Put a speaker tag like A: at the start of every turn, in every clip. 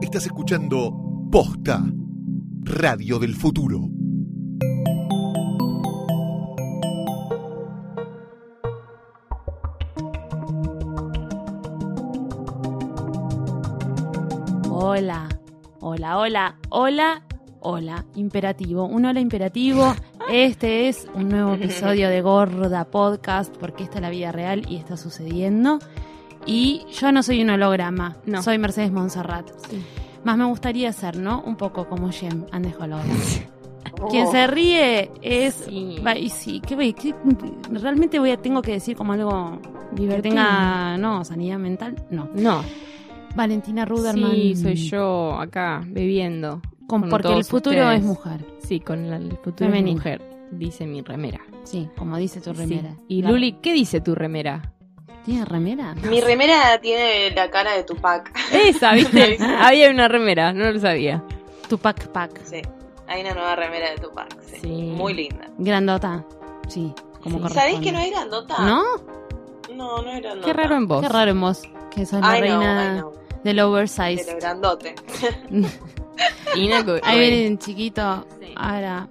A: Estás escuchando Posta, Radio del Futuro.
B: Hola, hola, hola, hola, hola, imperativo, un hola imperativo. Este es un nuevo episodio de Gorda Podcast porque esta es la vida real y está sucediendo. Y yo no soy un holograma,
C: No.
B: soy Mercedes Montserrat.
C: Sí.
B: Más me gustaría ser, ¿no? Un poco como Jem and the Holograms. Quien se ríe es...
C: Oh. Sí.
B: va- Y sí, ¿qué voy- qué- realmente voy a, tengo que decir como algo que
C: Divertido.
B: tenga, no, sanidad mental, no.
C: No.
B: Valentina Ruderman.
C: Sí, soy yo acá bebiendo.
B: Con-
C: con
B: porque el
C: todos
B: futuro
C: ustedes.
B: es mujer.
C: Sí, con la, el futuro de
B: Femenino.
C: mujer, dice mi remera.
B: Sí, como dice tu
C: Sí.
B: remera.
C: Y
B: Claro.
C: Luli, ¿qué dice tu remera?
B: ¿Tiene remera?
D: Mi remera tiene la cara de Tupac.
C: Esa, ¿viste?
D: Sí.
C: Había una remera, no lo sabía.
B: Tu pack pack.
D: Sí. Hay una nueva remera de Tupac. Sí.
C: Sí.
D: Muy linda.
B: Grandota. Sí, como
C: Sí.
B: corresponde.
D: ¿Sabés que no es grandota?
B: ¿No?
D: No, no es grandota.
C: Qué raro en vos.
B: Ah. Qué raro en vos, que sos la
D: Ay, no,
B: reina
D: ay, no.
B: del
D: Pero
B: oversize.
D: grandote.
C: Ina co-
B: Ahí
C: Uy.
B: viene Ah, en chiquito,
C: Sí.
B: ahora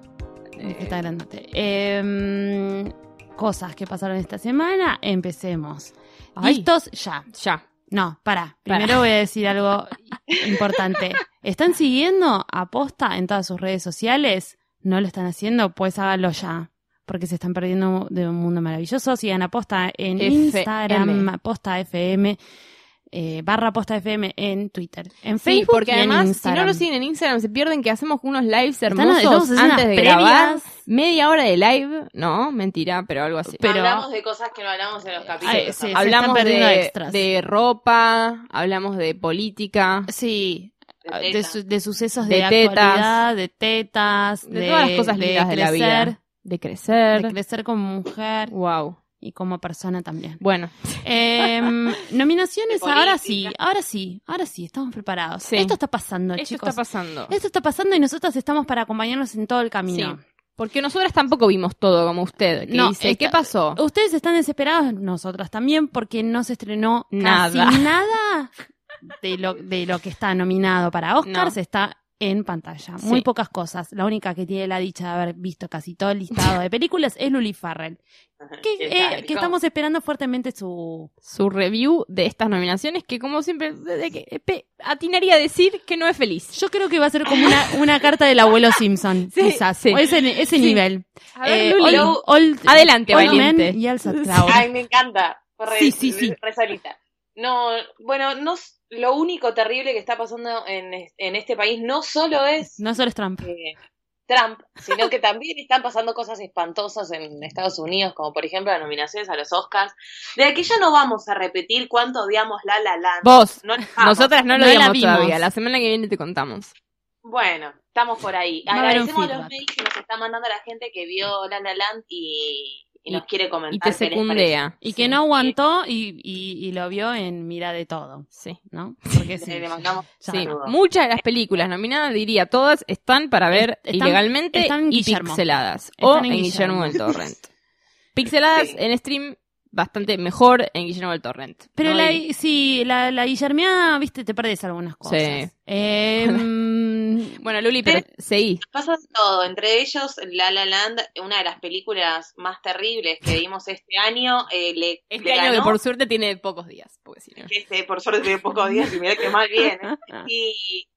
C: Eh,
B: está grandote. Eh, cosas que pasaron esta semana, empecemos.
C: Ay.
B: Listos ya.
C: Ya.
B: No, para.
C: Pará.
B: Primero voy a decir algo importante. ¿Están siguiendo a Posta en todas sus redes sociales? ¿No lo están haciendo? Pues háganlo ya. Porque se están perdiendo de un mundo maravilloso. Sigan a Posta en
C: FM.
B: Instagram, Posta FM, eh, barra Posta FM en Twitter. En
C: Sí,
B: Facebook
C: porque
B: y en
C: además, si no
B: Instagram.
C: lo siguen en Instagram, se pierden que hacemos unos lives
B: Están-
C: hermosos
B: estamos haciendo
C: antes de
B: unas
C: grabar.
B: previas.
C: Media hora de live, no, mentira, pero algo así.
B: Pero-
D: Hablamos de cosas que no hablamos en los capítulos.
B: Ay, sí,
D: tampoco.
B: sí.
C: hablamos
B: están perdiendo
C: de,
B: extras.
C: de ropa, hablamos de política,
B: Sí,
D: De
B: Ah, de,
D: teta.
B: su- de sucesos de,
C: De tetas.
B: actualidad, de tetas,
C: de, todas las cosas
B: de
C: lindas de la
B: crecer,
C: vida, de crecer.
B: De crecer como mujer
C: wow.
B: y como persona también.
C: Bueno,
B: Em, nominaciones,
D: De
B: ahora sí,
D: política.
B: ahora sí, ahora sí, estamos preparados.
C: Sí.
B: Esto está pasando,
C: esto
B: chicos.
C: está pasando.
B: Esto está pasando y nosotras estamos para acompañarnos en todo el camino.
C: Porque nosotras tampoco vimos todo como usted, que
B: No,
C: dice,
B: esta-
C: ¿qué pasó?
B: Ustedes están desesperados, nosotras también, porque no se estrenó
C: Nada.
B: casi nada de lo, de lo que está nominado para Oscars.
C: No.
B: Está en pantalla. Muy
C: Sí.
B: pocas cosas. La única que tiene la dicha de haber visto casi todo el listado de películas es Luli Farrell,
D: Ajá,
B: que,
D: ¿qué
B: eh,
D: tal,
B: que
D: Nico?
B: estamos esperando fuertemente su...
C: Su review de estas nominaciones que como siempre de que- pe- atinaría a decir que no es feliz.
B: Yo creo que va a ser como una, una carta del abuelo Simpson,
C: Sí,
B: quizás.
C: sí.
B: O ese ese
C: Sí.
B: nivel.
C: A ver,
B: Eh,
C: Luli,
B: old- old-
C: adelante,
B: old
C: valiente.
B: men y Elsa
C: Sí.
B: Cloud.
D: Ay, me encanta. Fue Re,
B: Sí, sí, sí.
D: re solita. No, bueno, no, s- lo único terrible que está pasando en, es- en este país no solo es
B: No solo es Trump.
D: eh, Trump, sino que también están pasando cosas espantosas en Estados Unidos, como por ejemplo las nominaciones a los Oscars. De aquí ya no vamos a repetir cuánto odiamos La La Land.
C: Vos,
D: No nos vamos.
C: nosotras Ah, no lo
B: No la
C: vimos
B: vimos.
C: todavía. La semana que viene te contamos.
D: Bueno, estamos por ahí.
B: Va a haber un
D: Agradecemos a los
B: feedback.
D: mails que nos está mandando la gente que vio La La Land y, y nos
C: Y-
D: quiere comentar.
C: Y te
D: qué les parece.
C: secundea.
B: Y que no aguantó y, y, y lo vio en Mira de Todo,
C: Sí.
B: ¿no? Porque sí.
D: Le- le mandamos
B: ya
C: Sí,
B: ganó.
D: Saludos.
C: muchas de las películas nominadas, diría todas, están para ver
B: Están-
C: ilegalmente
B: están en
C: y
B: Guillermo.
C: pixeladas.
B: Están
C: o
B: en
C: en Guillermo
B: Guillermo.
C: del Torrent. Pixeladas
D: Sí.
C: en stream bastante mejor en Guillermo del Torrent.
B: Pero
C: No
B: la,
C: diría-
B: sí, la, la guillermeada, viste, te perdés algunas cosas.
C: Sí.
B: Eh, mm,
C: Bueno, Luli, pero seguí.
D: Pasa de Eh, todo, entre ellos La La Land, una de las películas más terribles que vimos este año, eh, le,
C: Este
D: le
C: año
D: ganó,
C: que por suerte tiene pocos días. Porque si no...
D: que este, por suerte tiene pocos días y mirá que mal viene. Y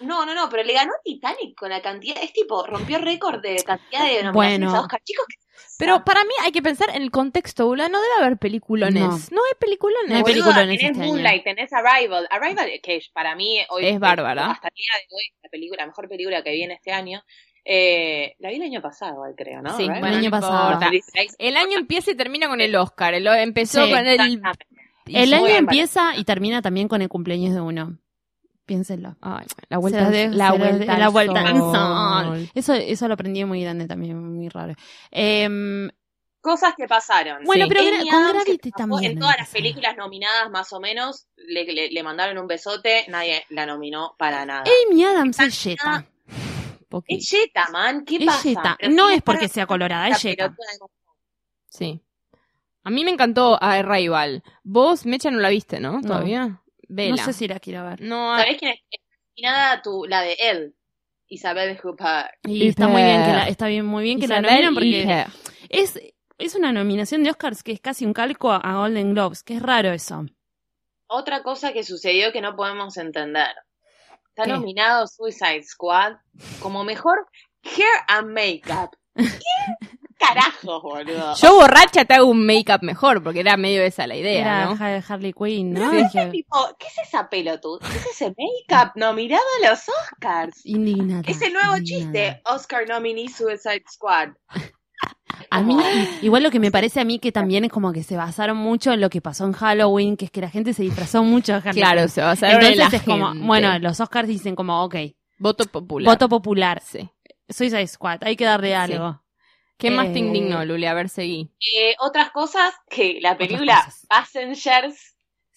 D: no, no, no, pero le ganó Titanic con la cantidad, es tipo, rompió récord de cantidad de nominaciones
B: Bueno.
D: a Oscar. Chicos, ¿qué pasa?
C: Pero para mí hay que pensar en el contexto, Bula. No debe haber peliculones.
B: No.
C: No, hay peliculones.
B: No hay
D: Boluda,
B: peliculones
D: tenés
B: este año.
D: Moonlight, tenés Arrival, Arrival que para mí hoy
C: Es bárbara.
D: Hasta el día de hoy es la película, la mejor película que viene este año. Eh, la vi el año pasado, igual, creo, ¿no?
C: Sí,
D: Arrival. Ah,
C: bueno,
B: El año
C: no
B: pasado.
C: importa.
D: Dice,
C: El año empieza y termina con el Oscar. El- empezó
B: Sí,
C: con el...
D: exactamente.
B: el
C: y-
B: año
D: Muy
B: empieza y termina también con el cumpleaños de uno. Piénsenlo.
C: Ay, la
B: Se
C: vuelta,
B: las
C: al-
B: dejo-
C: la
B: se las
C: vuelta,
B: de-
C: al
B: la vuelta al
C: sol.
B: sol. Eso, eso lo aprendí muy grande también, muy raro. Em,
D: Cosas que pasaron.
B: bueno,
C: Sí.
B: pero gra-
D: Amy
B: con
D: Adams, que
B: Gravity
D: trabajó
B: también.
D: En
B: me
D: todas
B: pasa.
D: las películas nominadas, más o menos, le, le- le mandaron un besote, nadie la nominó para nada.
B: Amy Adams es
D: Ah,
B: Jetta.
C: Poquito.
D: Es Jetta, man, ¿qué
B: Es
D: pasa?
B: Jetta.
D: Pero
B: No
D: si
B: es porque
D: para-
B: sea colorada, es Jetta.
D: pelotuda de-
C: Sí. A mí me encantó Arrival. Vos, Mecha, no la viste, ¿no?
B: No.
C: Todavía. Vela.
B: No sé si la quiero ver.
C: No,
D: ¿Sabés quién es? nominada tu, la de él, Isabel Huppert.
B: Y está muy bien que la, está bien, muy bien que la
C: Isabel
B: nominen
C: y
B: porque
C: Her.
B: es, es una nominación de Oscars que es casi un calco a, a Golden Globes, que es raro eso.
D: Otra cosa que sucedió que no podemos entender. Está
B: ¿Qué?
D: nominado Suicide Squad como mejor hair and makeup. ¿Qué carajos, boludo?
C: Yo borracha te hago un make-up mejor, porque era medio esa la idea,
B: Era
C: ¿no?
B: Ha- Harley Quinn, ¿no?
D: Era tipo, ¿qué es esa pelotud? ¿Qué es ese make-up nominado a los Oscars?
B: Indignada.
D: Es el nuevo
B: indignada.
D: chiste, Oscar nominee Suicide Squad.
B: A mí, igual lo que me parece a mí que también es como que se basaron mucho en lo que pasó en Halloween, que es que la gente se disfrazó mucho de Harley
C: Claro, se
B: Quinn.
C: basaron en
B: Entonces
C: la
B: es como,
C: gente.
B: bueno, los Oscars dicen como, ok,
C: voto popular.
B: voto popular,
C: Sí.
B: Suicide Squad, hay que darle algo.
C: ¿Qué más te
B: Eh,
C: indignó, Luli? A ver, seguí.
D: Eh, otras cosas que la película
B: cosas.
D: Passengers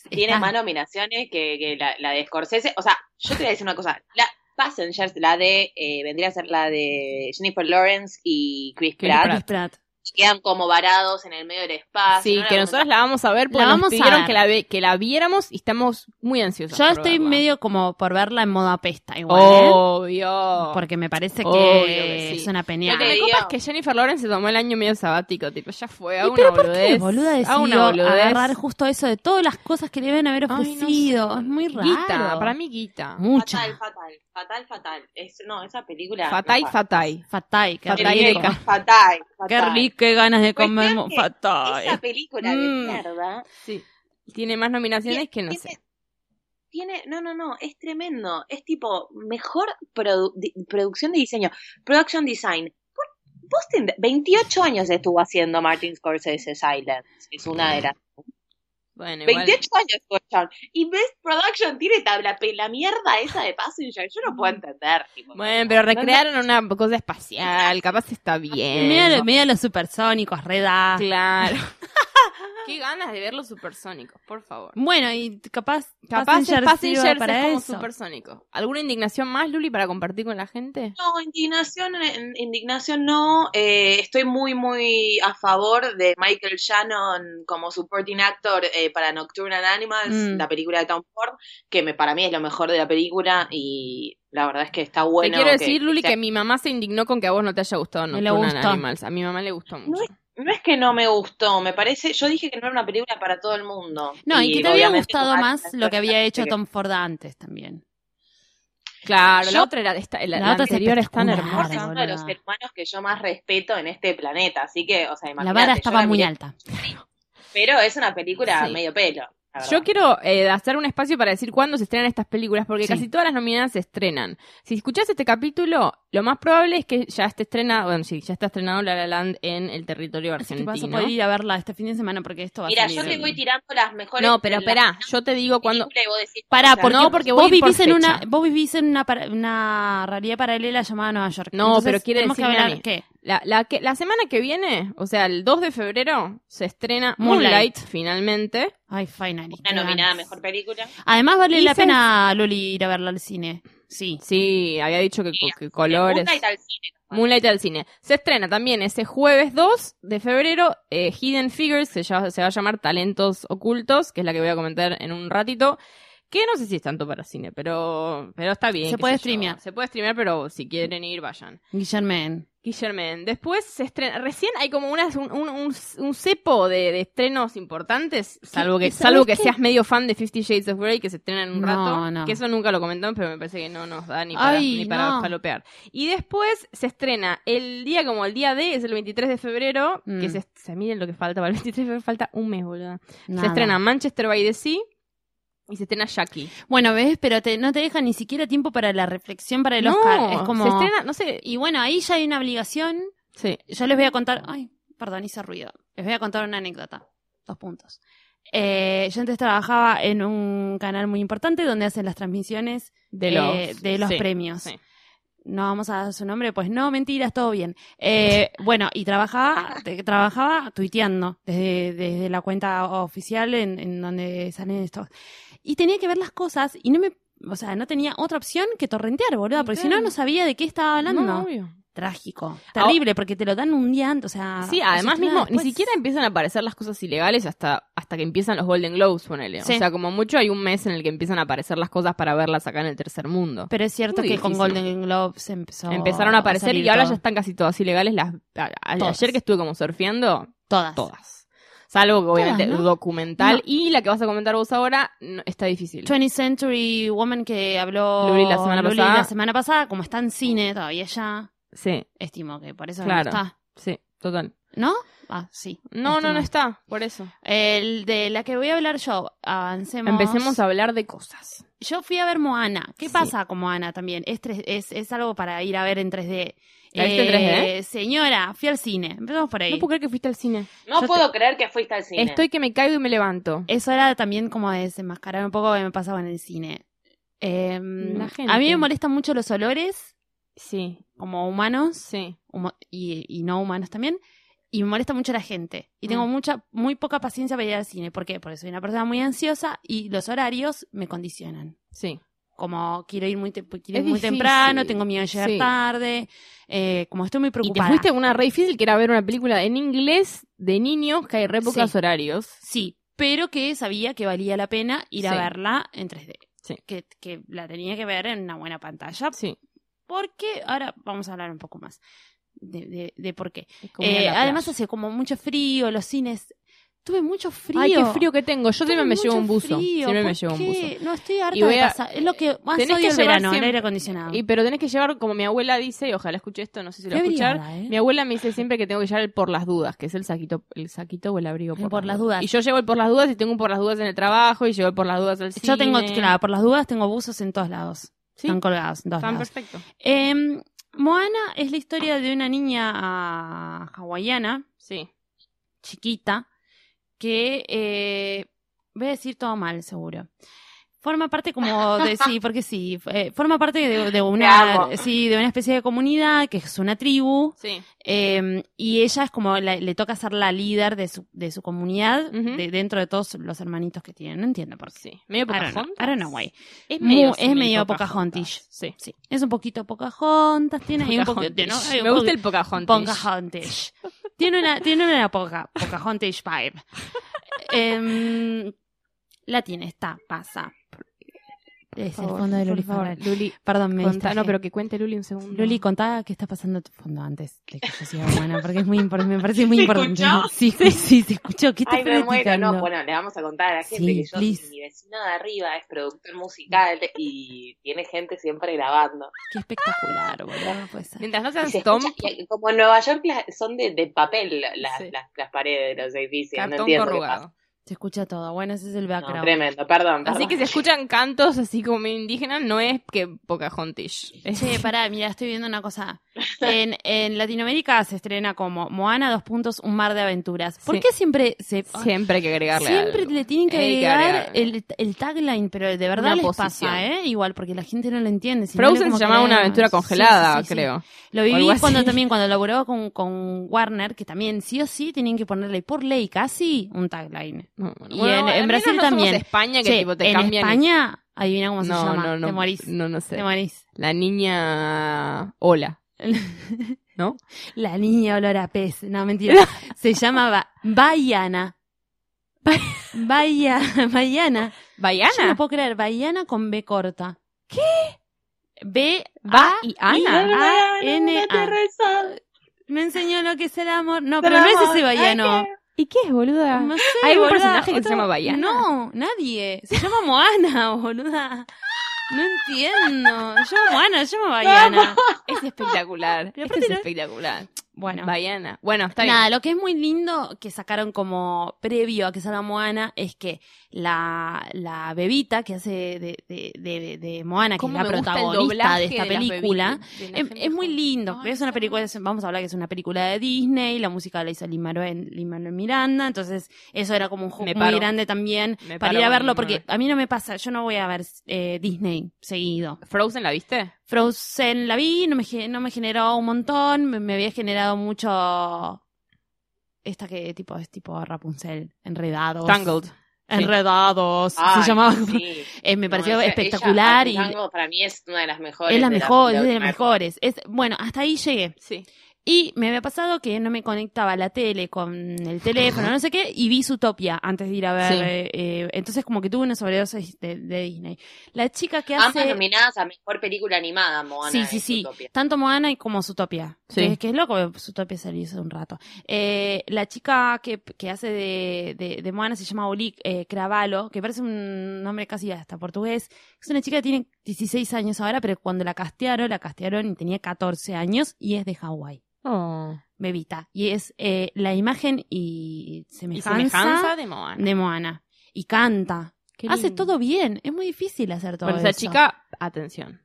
D: tiene
B: Está-
D: más nominaciones que, que la, la de Scorsese. O sea, yo te voy a decir una cosa. La Passengers, la de, eh, vendría a ser la de Jennifer Lawrence y Chris
C: Chris
D: Pratt,
B: Chris Pratt.
D: que quedan como varados en el medio del espacio.
C: Sí,
D: Ah, ¿no?
C: que
D: La
C: nosotros la vamos a ver porque
B: La
C: nos
B: vamos a
C: pidieron
B: ver.
C: Que, la ve- que la viéramos y estamos muy ansiosos.
B: Yo
C: por
B: estoy
C: verla.
B: medio como por verla en moda pesta igual,
C: Oh,
B: ¿eh?
C: Obvio.
B: Porque me parece que,
C: Obvio que sí.
B: es una
D: Yo
B: peña.
C: Lo que me
D: Dios.
C: copa es que Jennifer Lawrence se tomó el año medio sabático, tipo, ya fue, a
B: ¿Y
C: una
B: pero por
C: boludez.
B: qué boluda
C: a
B: decidió
C: una boludez.
B: agarrar justo eso de todas las cosas que le deben haber
C: Ay, no
B: ofrecido?
C: sé.
B: Es muy raro.
C: Guita, para mí guita.
B: Mucha.
D: Fatal, fatal, fatal, fatal. Es, no, esa película.
C: Fatay,
D: no,
C: fatay.
B: Fatay, qué
C: Fatay
B: rico.
C: rica.
D: Fatal, fatal.
B: Qué rico, qué ganas de
D: Cuestión
B: comer
D: que
B: fatay.
D: Esa película de
B: Mm.
D: mierda.
C: Sí. Tiene más nominaciones que no sé.
D: Tiene, no, no, no, es tremendo. Es tipo, mejor produ- di- producción de diseño. Production design. Vos- Vos tendrás- 28 años estuvo haciendo Martin Scorsese Silence. que Es una de las.
C: Bueno, igual.
D: 28 años estuvo chabón. Y Best Production tiene tabla, pe- la mierda esa de Passenger. Yo no puedo entender. tipo.
C: Bueno, pero
D: No, no.
C: recrearon una cosa espacial, capaz está bien.
B: Mira, lo- mira los supersónicos, reda.
C: Claro. Qué ganas de ver los supersónicos, por favor.
B: Bueno, y capaz,
C: Capaz
B: Passenger
C: Passengers,
B: sirva
C: Passengers
B: para
C: es como
B: eso.
C: supersónico. ¿Alguna indignación más, Luli, para compartir con la gente?
D: No, indignación, en- indignación no. Eh, estoy muy, muy a favor de Michael Shannon como supporting actor eh, para Nocturnal Animals,
B: Mm.
D: la película de Tom Ford, que me, para mí es lo mejor de la película y la verdad es que está bueno.
C: Te quiero decir,
D: que-
C: Luli,
D: o sea,
C: que mi mamá se indignó con que a vos no te haya gustado
B: Me le
C: Nocturnal
B: gustó.
C: Animals. A mi mamá le gustó mucho.
D: No es que no me gustó, me parece. Yo dije que no era una película para todo el mundo.
B: No, y que te había
D: obviamente
B: gustado
D: Martin
B: más lo que había hecho
D: Scorsese-
B: Tom Ford antes también.
C: Claro,
D: Yo-
C: la otra era esta, la,
B: La
C: la
B: otra es
C: anterior es tan
B: espectacular,
D: Ford es
C: hermosa.
B: boludo.
D: uno de los seres humanos que yo más respeto en este planeta, así que, o sea,
B: La
D: imagínate.
B: vara
D: yo
B: estaba muy
D: miré,
B: alta.
D: Pero es una película
C: Sí.
D: medio pelo. la verdad.
C: Yo quiero eh, hacer un espacio para decir cuándo se estrenan estas películas, porque
B: Sí.
C: casi todas las nominadas se estrenan. Si escuchás este capítulo, lo más probable es que ya esté estrenado, bueno, sí, ya está estrenado La La Land en el territorio
B: Así que vas a
C: argentino.
B: poder ir a verla este fin de semana porque esto va
D: Mira,
B: a salir.
D: yo te voy tirando las mejores.
C: No, pero
D: las
C: espera, yo te digo
D: películas
C: cuándo.
D: y vos decís,
B: Pará,
D: ya,
B: porque,
C: No, porque voy
B: vos
C: a ir por
B: vivís en una,
C: fecha.
B: vos vivís en una, para- una realidad paralela llamada Nueva York.
C: No,
B: Entonces,
C: pero quiere
B: tenemos que
C: decir,
B: hablar
C: Nani.
B: qué.
C: La, la, que, la semana que viene, o sea, el 2 de febrero, se estrena
B: Moonlight.
C: Moonlight, finalmente.
B: Ay, finally. qué
D: Una nominada a
B: ganas.
D: mejor película.
B: Además vale
C: Y
B: la
C: se-
B: pena Loli ir a verla al cine. Sí.
C: Sí, había dicho que, co- que colores.
D: Moonlight al cine.
C: Moonlight al cine. Se estrena también ese jueves 2 de febrero eh, Hidden Figures, se, llama- se va a llamar Talentos Ocultos, que es la que voy a comentar en un ratito. Que no sé si es tanto para cine, pero, pero está bien.
B: Se
C: qué
B: puede
C: sé yo.
B: streamear.
C: Se puede streamear, pero si quieren ir, vayan.
B: Guillermen.
C: Guillermen. Después se estrena. Recién hay como unas- un, un, un- un cepo de, de estrenos importantes. Salvo
B: ¿Y
C: que,
B: sabes
C: salvo que
B: qué?
C: seas medio fan de Fifty Shades of Grey, que se estrena en un
B: No,
C: rato.
B: no.
C: Que eso nunca lo comentamos, pero me parece que no nos da ni para,
B: Ay,
C: ni para
B: no.
C: falopear. Y después se estrena el día como el día D, es el 23 de febrero.
B: Mm.
C: Que se, se miren lo que falta para el 23 de febrero, falta un mes, boludo. Se
B: Nada.
C: estrena Manchester by the Sea. Y se estrena Jackie.
B: Bueno, ves, pero te- no te deja ni siquiera tiempo para la reflexión para el
C: no,
B: Oscar. Es como.
C: Se estrena, no sé.
B: Y bueno, ahí ya hay una obligación.
C: Sí.
B: Yo les voy a contar. Ay, perdón, hice ruido. Les voy a contar una anécdota. Dos puntos. Eh, yo antes trabajaba en un canal muy importante donde hacen las transmisiones
C: De
B: eh,
C: los,
B: de los
C: sí,
B: premios.
C: sí.
B: No vamos a dar su nombre, pues no, mentiras, todo bien. Eh, bueno, y trabajaba, te- trabajaba tuiteando desde, desde la cuenta oficial en, en donde salen estos. Y tenía que ver las cosas y no me, o sea, no tenía otra opción que torrentear, boluda, porque si no,
C: Claro.
B: no sabía de qué estaba hablando.
C: No, obvio. Ah,
B: Trágico, terrible, porque te lo dan un día antes, Ah, o sea.
C: Sí,
B: no
C: además
B: existe
C: mismo,
B: nada
C: ni
B: después.
C: siquiera empiezan a aparecer las cosas ilegales hasta, hasta hasta que empiezan los Golden Globes, ponele.
B: Sí.
C: O sea, como mucho hay un mes en el que empiezan a aparecer las cosas para verlas acá en el tercer mundo.
B: Pero es cierto
C: Muy
B: que con
C: difícil.
B: Golden Globes empezó
C: Empezaron a aparecer
B: salir
C: y ahora
B: todo.
C: ya están casi todas ilegales. Las, a- a-
B: Todas.
C: Ayer que estuve como surfeando,
B: todas.
C: todas. Salvo que obviamente
B: Todas, ¿no?
C: documental.
B: No.
C: Y la que vas a comentar vos ahora no- está difícil.
B: 20th Century Woman que habló
C: Luli la semana
B: Luli
C: pasada.
B: la semana pasada, como está en cine todavía ya,
C: Sí,
B: estimo que por eso
C: Claro.
B: no está.
C: sí, total.
B: ¿No? Ah, sí.
C: No, no,
B: estimo.
C: no está, por eso.
B: El de la que voy a hablar yo, avancemos.
C: Empecemos a hablar de cosas.
B: Yo fui a ver Moana. ¿Qué
C: Sí.
B: pasa con Moana también? Es, tres- es, es algo para ir a ver en 3D.
C: ¿La viste en 3D?
B: Señora, fui al cine. Empezamos por ahí.
C: No puedo creer que fuiste al cine.
D: No
B: Yo
D: puedo creer que fuiste al cine.
C: Estoy que me caigo y me levanto.
B: Eso era también como de desenmascarar un poco lo que me pasaba en el cine. Eh,
C: La gente.
B: A mí me molestan mucho los olores,
C: Sí,
B: como humanos
C: sí.
B: humo- y, y no humanos también. Y me molesta mucho la gente. Y tengo
C: Mm.
B: mucha, muy poca paciencia para ir al cine. ¿Por qué? Porque soy una persona muy ansiosa y los horarios me condicionan.
C: Sí.
B: Como quiero ir muy, te- quiero ir
C: Es
B: muy
C: difícil.
B: temprano, tengo miedo de llegar
C: Sí.
B: tarde. eh, como estoy muy
C: Y te
B: preocupada.
C: fuiste a una re difícil que era ver una película en inglés de niños que hay re pocos
B: Sí.
C: horarios.
B: Sí, pero que sabía que valía la pena ir a
C: Sí.
B: verla en 3D.
C: Sí.
B: Que, que la tenía que ver en una buena pantalla.
C: Sí.
B: Porque ahora vamos a hablar un poco más de, de- de por qué.
C: es como ir a
B: Eh,
C: la playa.
B: además hace como mucho frío, los cines. Tuve mucho frío.
C: Ay, qué frío que tengo. Yo
B: Tuve
C: siempre me
B: mucho
C: llevo un buzo.
B: frío,
C: siempre me
B: ¿por
C: llevo un
B: qué?
C: buzo.
B: No, estoy
C: Y
B: harta
C: voy
B: de
C: a-
B: pasar. Es lo que más
C: Tenés
B: odio
C: que
B: el
C: llevar
B: verano, el
C: siempre-
B: aire acondicionado.
C: Y, pero tenés que llevar, como mi abuela dice, y ojalá escuche esto, no sé si lo
B: Qué
C: va a escuchar.
B: brigada, ¿eh?
C: Mi abuela me dice siempre que tengo que llevar el por las dudas, que es el saquito, el saquito o el abrigo
B: El por las dudas.
C: Y yo llevo el por las dudas y tengo un por las dudas en el trabajo y llevo el por las dudas al cine.
B: Yo tengo, claro, por las dudas tengo buzos en todos lados.
C: Sí,
B: Están colgados en todos
C: están
B: lados.
C: perfecto.
B: Em, Moana es la historia de una niña ah, hawaiana,
C: Sí.
B: chiquita, que eh, voy a decir todo mal, seguro. Forma parte como de sí, porque sí, eh, forma parte de, de una
D: amo.
B: sí, de una especie de comunidad que es una tribu
C: Sí.
B: eh, y ella es como la- le toca ser la líder de su, de su comunidad
C: Ujú.
B: de- dentro de todos los hermanitos que tienen. No entiendo por qué.
C: Sí. Medio
B: I don't know,
C: Pocahontas.
B: I don't know why.
C: Es
B: Mu-
C: medio,
B: es
C: simil
B: medio Pocahontish.
C: Sí.
B: Sí, es un poquito Pocahontas, tiene ahí un poquito.
C: Pocahontish.
B: tiene- hay un
C: Me gusta
B: poquito-
C: el Pocahontas.
B: Pocahontas. Tiene una, tiene una poca, Pocahontas vibe. Em, la tiene, está, pasa. Es el fondo de Luli Ferrari.
C: Luli,
B: Perdón, me
C: contá-
B: distraje.
C: no, pero que cuente Luli un segundo.
B: Luli, contá qué está pasando a tu fondo antes de que yo siga buena, porque es muy importante, me parece muy
D: ¿Se
B: importante.
D: escuchó?
B: Sí, sí, sí, se escuchó. ¿Qué estás
D: Ay, me muero,
B: practicando?
D: no. Bueno, le vamos a contar a la gente
B: Sí,
D: que yo,
B: please.
D: mi vecino de arriba es productor musical y tiene gente siempre grabando.
B: Qué espectacular, boludo, no puede ser.
C: Mientras no
D: Y
C: seas
D: se
C: Tom,
D: escucha- y como en Nueva York la- son de, de papel la- las,
C: Sí.
D: las, las paredes de los edificios. no
C: cartón
D: entiendo qué pasa.
C: corrugado.
B: Se escucha todo. Bueno, ese es el
D: No,
B: background.
D: tremendo, perdón.
C: Así
D: perdón.
C: que si escuchan cantos así como medio indígenas, no es que Pocahontish. Es-
B: Che, pará, mira, estoy viendo una cosa. En, en Latinoamérica se estrena como Moana, dos puntos, un mar de aventuras. ¿Por
C: Sí.
B: qué siempre se...
C: Siempre hay que agregarle
B: Siempre
C: algo.
B: le tienen que
C: Hay que
B: agregar
C: agregar.
B: el, el tagline, pero de verdad
C: Una
B: les
C: posición.
B: pasa, ¿eh? Igual, porque la gente no lo entiende. si no,
C: Frozen
B: como
C: se llamaba
B: que-
C: una aventura
B: Sí, sí,
C: congelada,
B: sí, sí.
C: creo.
B: Lo
C: algo
B: viví
C: así.
B: cuando también, cuando laburaba con, con Warner, que también sí o sí tenían que ponerle por ley casi un tagline.
C: No,
B: Y en- en
C: al menos
B: Brasil
C: no somos
B: también.
C: España que
B: Che,
C: tipo te
B: en
C: cambian.
B: España, adivina cómo se
C: no,
B: llama.
C: no, no,
B: Te morís.
C: No, no sé.
B: Te morís.
C: La niña Hola, ¿no?
B: La niña olor a pez. No, mentira. Se llamaba Baiana. Bahía, Baiana. Yo
C: Bayana.
B: no puedo creer, Baiana con B corta. ¿Qué? B,
C: Va
B: A,
C: Ah, y
D: Y
C: Ana.
B: Ana.
D: no,
B: A,
D: no, no,
B: N,
D: no te
B: A.
D: rezas,
B: Me enseñó lo que es el amor. No,
D: te
B: pero no es
D: amor.
B: ese Baiano.
D: Ay,
C: ¿Y qué es, boluda?
B: No sé,
C: ¿Hay un
B: boluda,
C: personaje que se
B: otro-
C: llama Baiana?
B: No, nadie. Se llama Moana, boluda. No entiendo. Se llama Moana, se llama Baiana.
C: Es espectacular.
B: Pero
C: Esto
B: aparte
C: es
B: no es-
C: espectacular.
B: Bueno.
C: Bayana. Bueno, está bien.
B: Nada, lo que es muy lindo que sacaron como previo a que salga Moana es que la, la bebita que hace de, de, de- de Moana, que es
C: ¿Cómo
B: la
C: me gusta el
B: protagonista
C: doblaje
B: de esta
C: de las
B: película,
C: bebitas, de la
B: es,
C: gente
B: es muy
C: joven?
B: lindo.
C: Ay,
B: es una
C: qué
B: película,
C: hermoso.
B: es- vamos a hablar que es una película de Disney, la música la hizo Lin-Manuel, Lin-Manuel Miranda, entonces eso era como un
C: Me
B: juego
C: paro.
B: muy grande también
C: Me
B: para
C: paro
B: ir a
C: con
B: verlo,
C: Lin-Manuel.
B: porque a mí no me pasa, yo no voy a ver eh, Disney seguido.
C: ¿Frozen la viste?
B: Frozen la vi, no me, ge- no me generó un montón, me, me había generado mucho esta que tipo es tipo Rapunzel, enredados.
C: Tangled.
B: Enredados, se llamaba.
D: sí.
B: Eh, me
D: No,
B: pareció
D: ella-
B: espectacular
D: ella,
B: y
D: Tango, para mí es una de las mejores.
B: es la
D: de
B: mejor, es de
D: última
B: las mejores. Es, bueno, hasta ahí llegué.
C: Sí.
B: Y me había pasado que no me conectaba la tele con el teléfono, no sé qué, y vi Zootopia antes de ir a ver.
C: Sí.
B: eh, eh, entonces, como que tuve una sobredosis de, de Disney. La chica que
D: Ambas
B: hace.
D: nominadas a mejor película animada, Moana.
B: Sí, sí,
D: y
B: sí.
D: Zootopia.
B: Tanto Moana y como Zootopia.
C: Sí.
B: Que, que es loco, porque Zootopia salió hace un rato. Eh, la chica que, que hace de, de, de Moana se llama Oli eh, Cravalo, que parece un nombre casi hasta portugués. Es una chica que tiene 16 años ahora, pero cuando la castearon, la castearon y tenía 14 años y es de Hawái.
C: Oh.
B: Bebita. Y es eh, la imagen y
C: Y
B: semejanza,
C: semejanza de Moana.
B: de Moana. Y canta.
C: Qué
B: Hace
C: lindo.
B: todo bien. Es muy difícil hacer todo
C: Pero esa
B: eso.
C: chica, atención.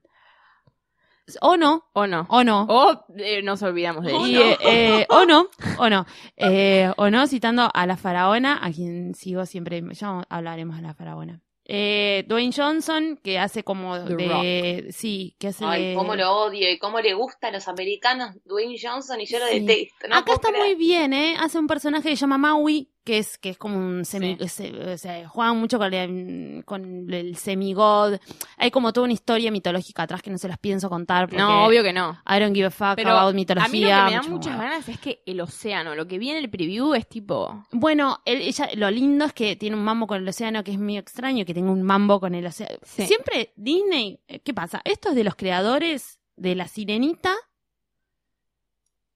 B: O no,
C: O no.
B: o no.
C: O eh, nos olvidamos de
B: Y,
C: ella.
B: eh, eh, o no, o no, Eh, o no, citando a la faraona, a quien sigo siempre, ya hablaremos de la faraona. Eh, Dwayne Johnson, que hace como
C: The
B: de... Sí, que hace... de-
D: Ay, cómo lo odio y cómo le gusta a los americanos Dwayne Johnson y yo lo
B: Sí.
D: detesto. no
B: Acá
D: puedo
B: está
D: creer.
B: muy bien, ¿eh? Hace un personaje que se llama Maui, que es, que es como un semi... eh, se- o sea, juega mucho con, el- con el semigod. Hay como toda una historia mitológica atrás que no se las pienso contar porque...
C: eh, No, obvio que no.
B: I don't give a fuck
C: Pero
B: about
C: A mí lo que
B: mitología.
C: me da
B: mucho
C: muchas
B: huevo.
C: ganas es que el océano, lo que vi en el preview es tipo...
B: Bueno, él- ella, lo lindo es que tiene un mambo con el océano, que es muy extraño que tenga un mambo con el océano.
C: Sí.
B: Siempre Disney, eh, ¿qué pasa? Esto es de los creadores de La Sirenita.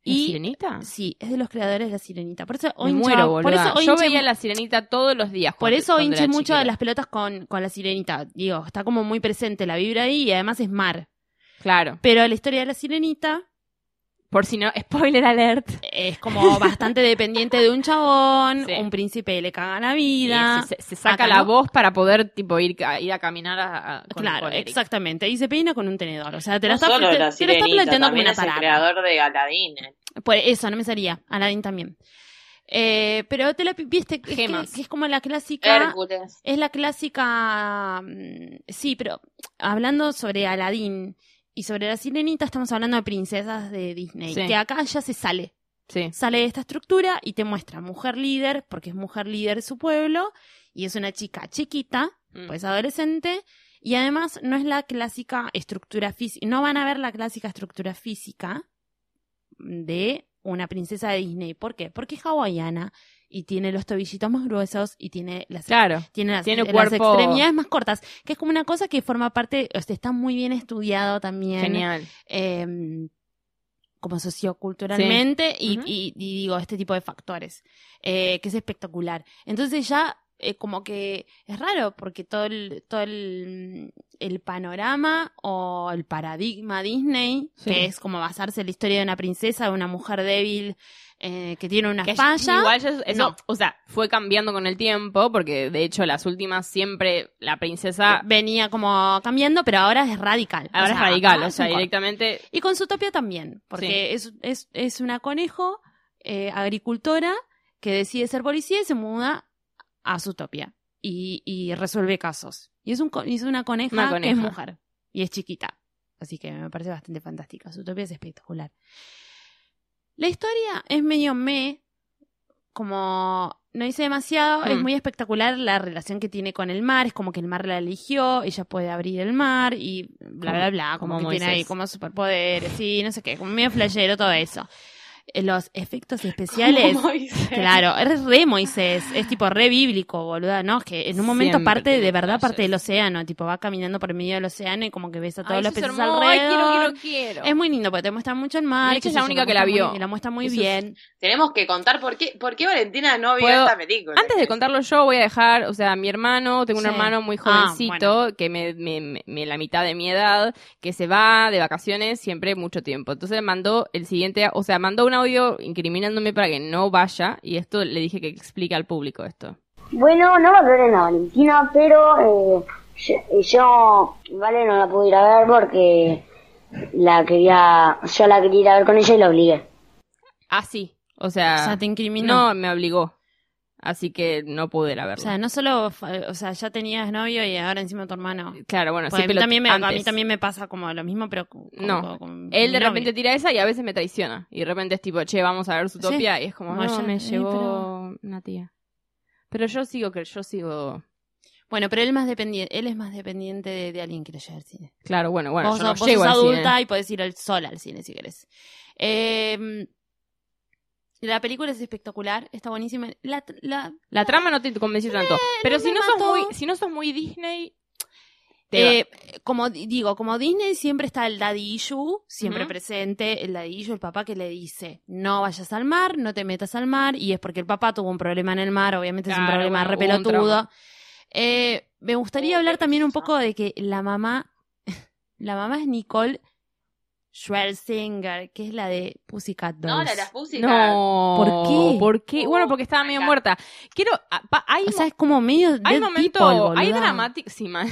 C: ¿Y sirenita?
B: Sí, es de los creadores de La Sirenita. Por eso hoy
C: Me
B: hincha-
C: muero, boluda.
B: por eso hoy
C: Yo
B: hincha-
C: veía la sirenita todos los días.
B: por
C: cuando-
B: eso
C: cuando
B: hinché
C: era
B: mucho
C: chiquita.
B: de las pelotas con, con La Sirenita. Digo, está como muy presente la vibra ahí y además es mar.
C: Claro.
B: Pero la historia de La Sirenita
C: Por si no... Spoiler alert.
B: es como bastante dependiente de un chabón,
C: Sí.
B: un príncipe le caga la vida.
C: Y Se, se- se saca
B: Acá
C: la
B: no.
C: voz para poder tipo ir, a, ir a caminar a, a- con-
B: claro,
C: con Eric.
B: exactamente. Y se peina con un tenedor. O sea, te la
D: No
B: está,
D: solo
B: te-
D: la
B: te la está
D: Sirenita,
B: planteando como
D: también
B: una
D: es el
B: parada.
D: creador de Aladdin.
B: Por eso, no me salía. Aladdin también. Eh, pero te la pi- viste, es que,
C: Gemas.
B: que es como la clásica.
D: Hércules.
B: Es la clásica. mm, Sí, pero hablando sobre Aladdin y sobre la sirenita, estamos hablando de princesas de Disney.
C: Sí.
B: Que acá ya se sale.
C: Sí.
B: Sale de esta estructura y te muestra mujer líder, porque es mujer líder de su pueblo, y es una chica chiquita,
C: Mm.
B: pues adolescente, y además no es la clásica estructura física, no van a ver la clásica estructura física de una princesa de Disney. ¿Por qué? Porque es hawaiana y tiene los tobillitos más gruesos y tiene las,
C: Claro.
B: tiene las, eh,
C: Tiene
B: las
C: cuerpo-
B: extremidades más cortas, que es como una cosa que forma parte, o sea, está muy bien estudiado también
C: Genial.
B: eh, como socioculturalmente y,
C: Ujú.
B: y- y digo, este tipo de factores, eh, que es espectacular. Entonces ya eh, como que es raro porque todo el, todo el, el panorama o el paradigma Disney,
C: Sí.
B: que es como basarse en la historia de una princesa, de una mujer débil eh, que tiene una
C: Que
B: falla.
C: Igual ya- eso,
B: no.
C: o sea, fue cambiando con el tiempo, porque de hecho las últimas siempre la princesa
B: venía como cambiando, pero ahora es radical. O
C: ahora es
B: sea,
C: radical,
B: acá
C: o
B: es
C: sea,
B: un corte.
C: directamente
B: Y con Zootopia también, porque es, es, es una conejo eh, agricultora que decide ser policía y se muda a Zootopia y, y resuelve casos. Y es, un, co- y es una, coneja
C: Una
B: que es
C: coneja.
B: mujer y es chiquita. Así que me parece bastante fantástica. Zootopia es espectacular. La historia es medio me, como no hice demasiado, es
C: Hmm.
B: muy espectacular la relación que tiene con el mar, es como que el mar la eligió, ella puede abrir el mar y bla,
C: Como-
B: bla, bla, Ah, como,
C: como
B: que tiene ahí
C: Moisés.
B: como superpoderes y no sé qué, como medio flashero todo eso. Eh, Los efectos especiales,
D: Como Moisés.
B: claro, es re Moisés, es tipo re bíblico, boluda, ¿no? Es que en un momento
C: Siempre
B: parte,
C: tiene
B: de verdad, parte
C: flashes.
B: del océano, tipo va caminando por medio del océano y como que ves a todos
C: Ay,
B: los
C: eso es
B: peces
C: hermoso, ay,
B: alrededor.
C: quiero, quiero, quiero.
B: Es muy lindo porque te muestran mucho el mar.
C: Meche
B: qué
C: es
B: sé
C: la
B: yo,
C: única
B: lo
C: que la
B: muestran muy-
C: vio.
B: la muestra muy
C: Eso es-
B: bien.
D: Tenemos que contar por qué, por qué Valentina no vio
C: Puedo-
D: esta película.
C: Antes de contarlo yo, voy a dejar, o sea, mi hermano, tengo un
B: Sí.
C: hermano muy
B: Ah,
C: jovencito, que me, me- me- me- la mitad de mi edad, que se va de vacaciones siempre mucho tiempo. Entonces mandó el siguiente, o sea, mandó un audio incriminándome para que no vaya, y esto le dije que explique al público esto.
E: Bueno, no valoren a Valentina, pero eh, yo, yo, Vale, no la pude ir a ver porque la quería, yo la quería ir a ver con ella y la obligué.
C: Ah, sí. O sea,
B: O sea, te incriminó.
C: no, me obligó. Así que no pude la
B: o
C: verdad.
B: sea, no solo, fa- o sea, ya tenías novio y ahora encima tu hermano.
C: claro, bueno,
B: Pues
C: sí,
B: a, mí
C: pero
B: también me, a mí
C: antes.
B: también me pasa como lo mismo, pero con- con-
C: No.
B: con
C: Él
B: mi
C: de
B: novio.
C: repente tira esa y a veces me traiciona. Y de repente es tipo, che, vamos a ver Zootopia. Y es como,
B: Como
C: no,
B: yo,
C: me
B: eh,
C: llevó una tía. Pero yo sigo, que yo sigo.
B: Bueno, pero él, más dependiente, él es más dependiente de, de alguien que lo lleve al cine.
C: Claro, bueno, bueno,
B: vos
C: yo no
B: vos
C: llego
B: sos
C: al cine.
B: adulta y podés ir al- sola al cine si querés. Eh, la película es espectacular, está buenísima. La, la-
C: La trama no te convenció tanto. pero
B: Eh, no
C: si
B: me
C: no, sos
B: mató.
C: muy, si no sos muy Disney, te
B: eh, como di- digo, como Disney siempre está el daddy issue, siempre
C: Ujú.
B: presente, el daddy issue, el papá que le dice, no vayas al mar, no te metas al mar, y es porque el papá tuvo un problema en el mar, obviamente es un
C: Claro,
B: problema
C: bueno, hubo un
B: repelotudo.
C: trauma.
B: Eh, me gustaría
D: Oh,
B: hablar
D: qué
B: también un
D: precioso.
B: poco de que la mamá, la mamá es Nicole Schwarzenegger, que es la de Pussycat Dolls.
D: No, la de las músicas.
C: No.
B: ¿Por qué? Uh,
C: ¿Por qué? Bueno, porque estaba
D: my
C: medio
D: God.
C: muerta. Quiero. ah, pa- hay
B: O sea, es como medio
C: mo- hay
B: Dead
C: momento.
B: People,
C: hay
B: boluda.
C: dramático. Sí, mal.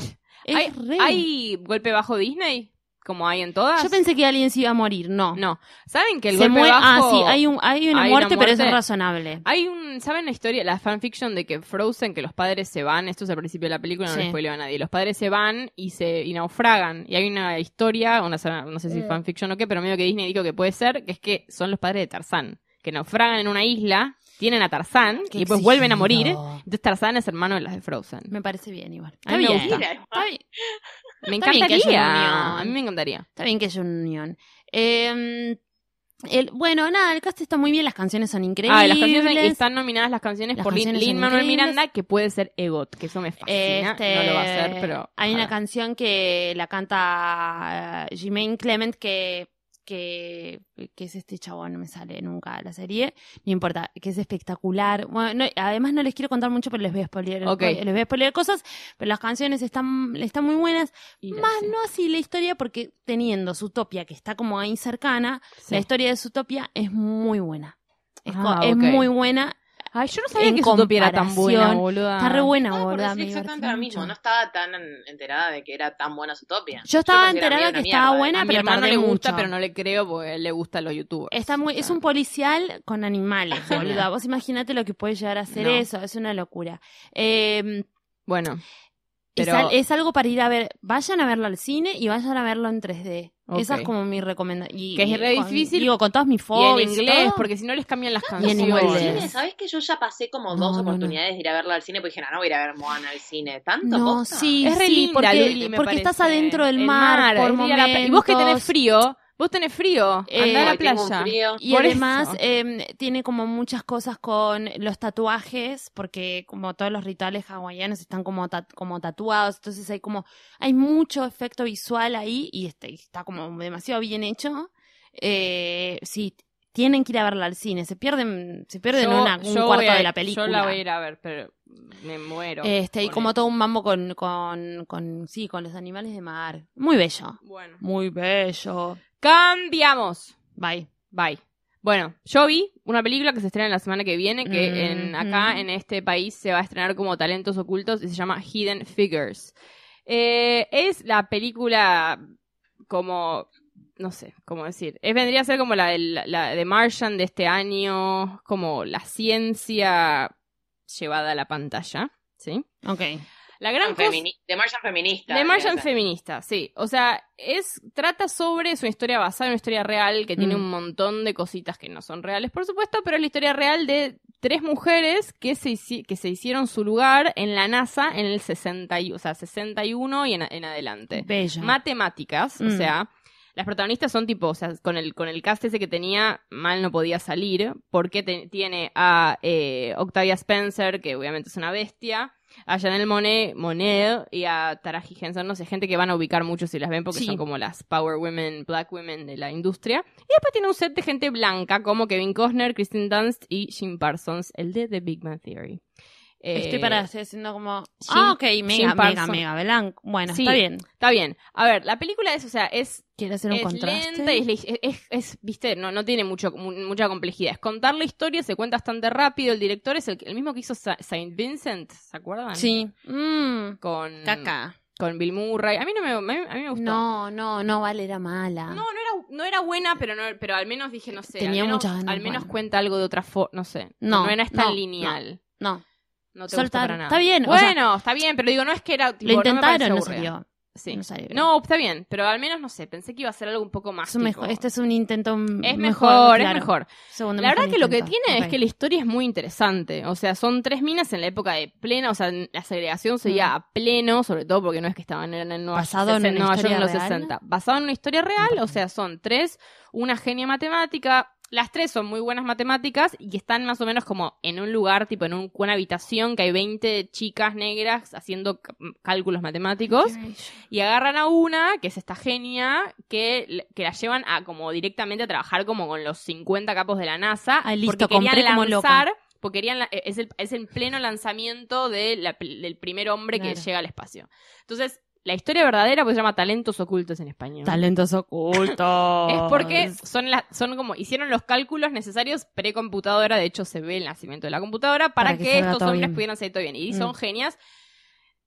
B: Es
C: hay,
B: re-
C: hay golpe bajo Disney, como hay en todas.
B: Yo pensé que alguien se iba a morir, no.
C: No. ¿Saben que el
B: Se
C: golpe
B: mue-
C: bajo.
B: Ah, sí, hay, un, hay, una,
C: hay una
B: muerte, pero
C: muerte. Ah.
B: es razonable.
C: Hay un, ¿saben la historia, la fanfiction de que Frozen, que los padres se van, esto es al principio de la película, no
B: Sí.
C: les spoileo a nadie, los padres se van y se y naufragan, y hay una historia, una, no sé si
E: Eh.
B: Mm.
C: fanfiction o qué, pero medio que Disney dijo que puede ser, que es que son los padres de Tarzán, que naufragan en una isla, tienen a Tarzán,
B: Qué
C: y pues vuelven a morir,
B: exigido.
C: entonces Tarzán es hermano de las de Frozen.
B: Me parece bien igual.
C: A
B: Está
C: mí me
B: bien.
C: gusta.
D: Mira,
B: Está bien,
C: Me
B: Está bien que haya
C: encantaría,
B: una unión.
C: a mí me encantaría.
B: está bien que haya una unión. Eh, el, bueno, nada, el cast está muy bien, las canciones son increíbles.
C: Ah, y las canciones están nominadas las canciones
B: Las
C: por Lin,
B: canciones son
C: Manuel
B: increíbles.
C: Miranda, que puede ser Egot, que eso me fascina,
B: Este,
C: no lo va a hacer, pero
B: hay una
C: ojalá.
B: canción que la canta eh, Jermaine Clement que que que es este chabón no me sale nunca la serie no importa que es espectacular bueno no- además no les quiero contar mucho pero les voy a spoiler
C: Ok.
B: les voy a spoilear cosas pero las canciones están están muy buenas
C: Y la-
B: más
C: sí.
B: no así la historia porque teniendo Zootopia que está como ahí cercana
C: Sí.
B: la historia de Zootopia es muy buena es, co-
C: Ah,
B: es
C: ok.
B: muy buena
C: Ay, yo no sabía
B: en
C: que Zootopia era tan
B: comparación,
C: buena, boluda.
B: está re buena
D: No, porque
B: boluda,
D: sí,
B: me
D: Ah, exactamente
B: divertí
D: lo mismo.
B: mucho.
D: No estaba tan en- enterada de que era tan buena su topia.
B: Yo estaba enterada que estaba buena,
C: A mi
B: pero
C: hermano
B: tardé
C: le gusta,
B: mucho.
C: pero no le creo porque a él le gustan los youtubers.
B: Está muy,
C: O
B: es
C: sea,
B: un policial con animales,
C: Genial.
B: boluda. Vos imaginate lo que puede llegar a ser
C: No.
B: eso, es una locura. Eh,
C: Bueno,
B: es
C: Pero-
B: al- es, algo para ir a ver, vayan a verlo al cine y vayan a verlo en 3D.
C: Ok.
B: Esa es como mi recomendación.
C: Que es re difícil.
B: Digo, con todas mis
C: y en
B: fobias.
C: inglés,
B: todo.
C: porque si no les cambian las
B: Y en
C: canciones.
B: inglés.
D: ¿Sabes que yo ya pasé como
B: No,
D: dos
B: no, no.
D: oportunidades de ir a verla al cine? Porque dije, no, no voy a ir a ver Moana al cine. ¿Tanto?
B: No,
D: posta?
B: sí,
C: Es re
B: sí,
C: linda,
B: porque,
C: Luli, me
B: porque estás
C: parece.
B: adentro del
C: El
B: mar, por
C: es ir a la pla- Y vos que tenés
B: momentos.
C: frío, vos tenés frío,
B: Eh,
C: andá a la
D: Ay, tengo un
C: playa.
D: frío.
B: Y
C: Por
B: además
C: eso.
B: eh, tiene como muchas cosas con los tatuajes, porque como todos los rituales hawaianos están como, ta- como tatuados, entonces hay como, hay mucho efecto visual ahí y este, está como demasiado bien hecho. Eh, sí, tienen que ir a verla al cine, se pierden, se pierden
C: Yo-
B: una- un
C: yo
B: cuarto
C: voy a-
B: de la película.
C: Yo la voy a ir a ver, pero me muero.
B: este, y
C: por
B: como
C: eso.
B: todo un mambo con, con, con, sí, con los animales de mar. Muy bello.
C: Bueno.
B: Muy bello.
C: Cambiamos.
B: Bye.
C: Bye. Bueno, yo vi una película que se estrena la semana que viene, que
B: Mm,
C: en, acá
B: mm.
C: en este país se va a estrenar como Talentos Ocultos y se llama Hidden Figures. Eh, es la película como, no sé, cómo decir, es, vendría a ser como la, del- la de Martian de este año, como la ciencia llevada a la pantalla, ¿sí?
B: Ok.
C: La gran cosa...
D: Femini- de Martian feminista.
C: De Martian
D: Esa.
C: feminista, sí. O sea, es trata sobre su historia basada en una historia real que tiene
B: Mm.
C: un montón de cositas que no son reales, por supuesto, pero es la historia real de tres mujeres que se, hici- que se hicieron su lugar en la NASA en el 60, y- o sea, 61 y en, en adelante.
B: Bello.
C: Matemáticas, o
B: Mm.
C: sea, las protagonistas son tipo, o sea, con el, con el cast ese que tenía, mal no podía salir, porque te- tiene a eh, Octavia Spencer, que obviamente es una bestia, a Janelle Monet, Monet y a Taraji Henson, no sé, gente que van a ubicar mucho si las ven, porque
B: Sí.
C: son como las power women, black women de la industria. Y después tiene un set de gente blanca, como Kevin Costner, Kristen Dunst y Jim Parsons, el de The Big Bang Theory. Eh,
B: Estoy para estoy haciendo como.
C: Jim-
B: Ah, ok, mega, mega,
C: Parsons.
B: mega blanco. Bueno,
C: Sí.
B: está bien.
C: Está bien. A ver, la película es, o sea, es
B: Quiero hacer un
C: es
B: contraste.
C: lenta y es, lig- es- es- viste, no, no tiene mucho, mu- mucha complejidad. Es contar la historia, se cuenta bastante rápido. El director es el, que- el mismo que hizo Sa- Saint Vincent, ¿se acuerdan?
B: Sí. Mm,
C: Con,
B: caca.
C: con Bill Murray. A mí no me, a mí- a mí me gustó.
B: No, no, no, Val era mala.
C: No, no era, no era buena, pero no, pero al menos dije, no sé.
B: Tenía
C: al menos,
B: muchas ganas,
C: Al menos
B: bueno.
C: cuenta algo de otra forma, no sé.
B: No,
C: no era tan
B: no,
C: lineal.
B: no.
C: No, te
B: Solo
C: gustó
B: está-
C: para nada.
B: está bien, o
C: Bueno, está bien, pero digo, no es que era. tipo,
B: Lo
C: no me pareció
B: intentaron, no
C: aburrida.
B: salió.
C: Sí.
B: No sale bien.
C: No, está bien, pero al menos no sé, pensé que iba a ser algo un poco más.
B: Es un mejo-
C: tipo-
B: este es un intento m-
C: es mejor, es
B: claro.
C: mejor.
B: Segundo
C: La
B: mejor
C: verdad que lo que
B: intento.
C: tiene es
B: Ok.
C: que la historia es muy interesante. O sea, son tres minas en la época de plena, o sea, en- la segregación sería
B: Mm.
C: a pleno, sobre todo porque no es que estaban en, en Nueva,
B: ¿Basado en
C: York,
B: una
C: Nueva York
B: historia
C: en los
B: real?
C: 60. Basado en una historia real, o sea, son tres, una genia matemática. Las tres son muy buenas matemáticas y están más o menos como en un lugar, tipo en un- una habitación que hay 20 chicas negras haciendo c- cálculos matemáticos y agarran a una, que es esta genia, que, que la llevan a como directamente a trabajar como con los 50 capos de la NASA.
B: Ah, listo,
C: porque querían
B: compré como
C: lanzar, porque querían la- es, el, es en pleno lanzamiento de la- del primer hombre que
B: Claro.
C: llega al espacio. Entonces, la historia verdadera pues se llama Talentos Ocultos en español.
B: Talentos ocultos.
C: es porque son las son como hicieron los cálculos necesarios precomputadora, de hecho se ve el nacimiento de la computadora para,
B: Para que
C: que,
B: salga
C: estos
B: todo
C: hombres
B: bien.
C: pudieran salir todo bien y
B: Mm.
C: son genias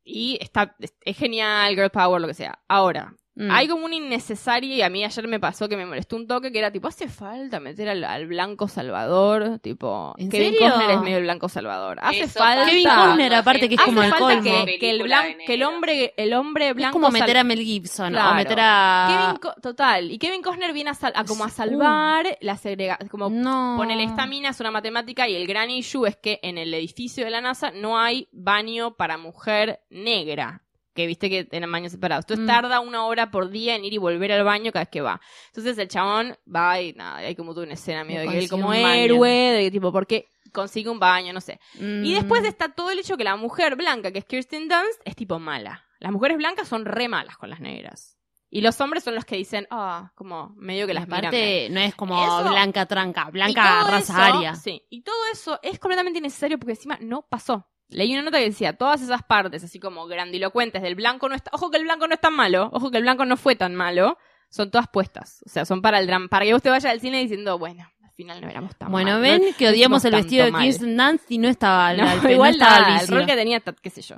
C: y está es- es genial girl power lo que sea. Ahora,
B: Mm.
C: hay como un innecesario, y a mí ayer me pasó que me molestó un toque, que era tipo, hace falta meter al, al blanco salvador, tipo,
B: ¿En
C: Kevin
B: serio?
C: Costner es medio el blanco salvador. Hace
D: Eso
C: falta,
D: pasa
B: Kevin Costner, aparte, que es
D: en
B: como
C: hace
B: el
D: esas
C: falta
B: colmo.
C: que, que el,
D: películas
C: blan-
D: de
C: que el
D: negros.
C: hombre, el hombre blanco
B: es como meter a
C: sal-
B: Mel Gibson o
C: Claro.
B: meter a.
C: Kevin Co- total, y Kevin Costner viene a, sal- a como a
B: Es-
C: salvar la segregación, como
B: No.
C: Ponele, esta mina es una matemática y el gran issue es que en el edificio de la NASA no hay baño para mujer negra. Que viste que eran baños separados. Entonces
B: Mm.
C: tarda una hora por día en ir y volver al baño cada vez que va. Entonces el chabón va y nada, hay como toda una escena medio
B: Le
C: de que él
B: consigue
C: como
B: un baño.
C: héroe, de tipo, porque consigue un baño, no sé.
B: Mm.
C: Y después está todo el hecho que la mujer blanca, que es Kirsten Dunst, es tipo mala. Las mujeres blancas son re malas con las negras. Y los hombres son los que dicen, ah, como medio que las miran mal.
B: Aparte, no es como
C: Eso-
B: blanca tranca,
C: Y
B: blanca
C: todo
B: raza
C: eso-
B: aria.
C: Sí, y todo eso es completamente innecesario porque encima no pasó. Leí una nota que decía, todas esas partes, así como grandilocuentes, del blanco no está, ojo que el blanco no es tan malo, ojo que el blanco no fue tan malo, son todas puestas. O sea, son para el drama, para que vos te vayas al cine diciendo, bueno, al final no éramos tan
B: Bueno,
C: mal.
B: ven
C: No-
B: que
C: no
B: odiamos
C: hicimos
B: el
C: tanto
B: vestido de
C: mal.
B: Kirsten Dunst y no estaba
C: No,
B: la- no
C: igual
B: estaba
C: nada,
B: el
C: el
B: vicio.
C: rol que tenía, ta- qué sé yo.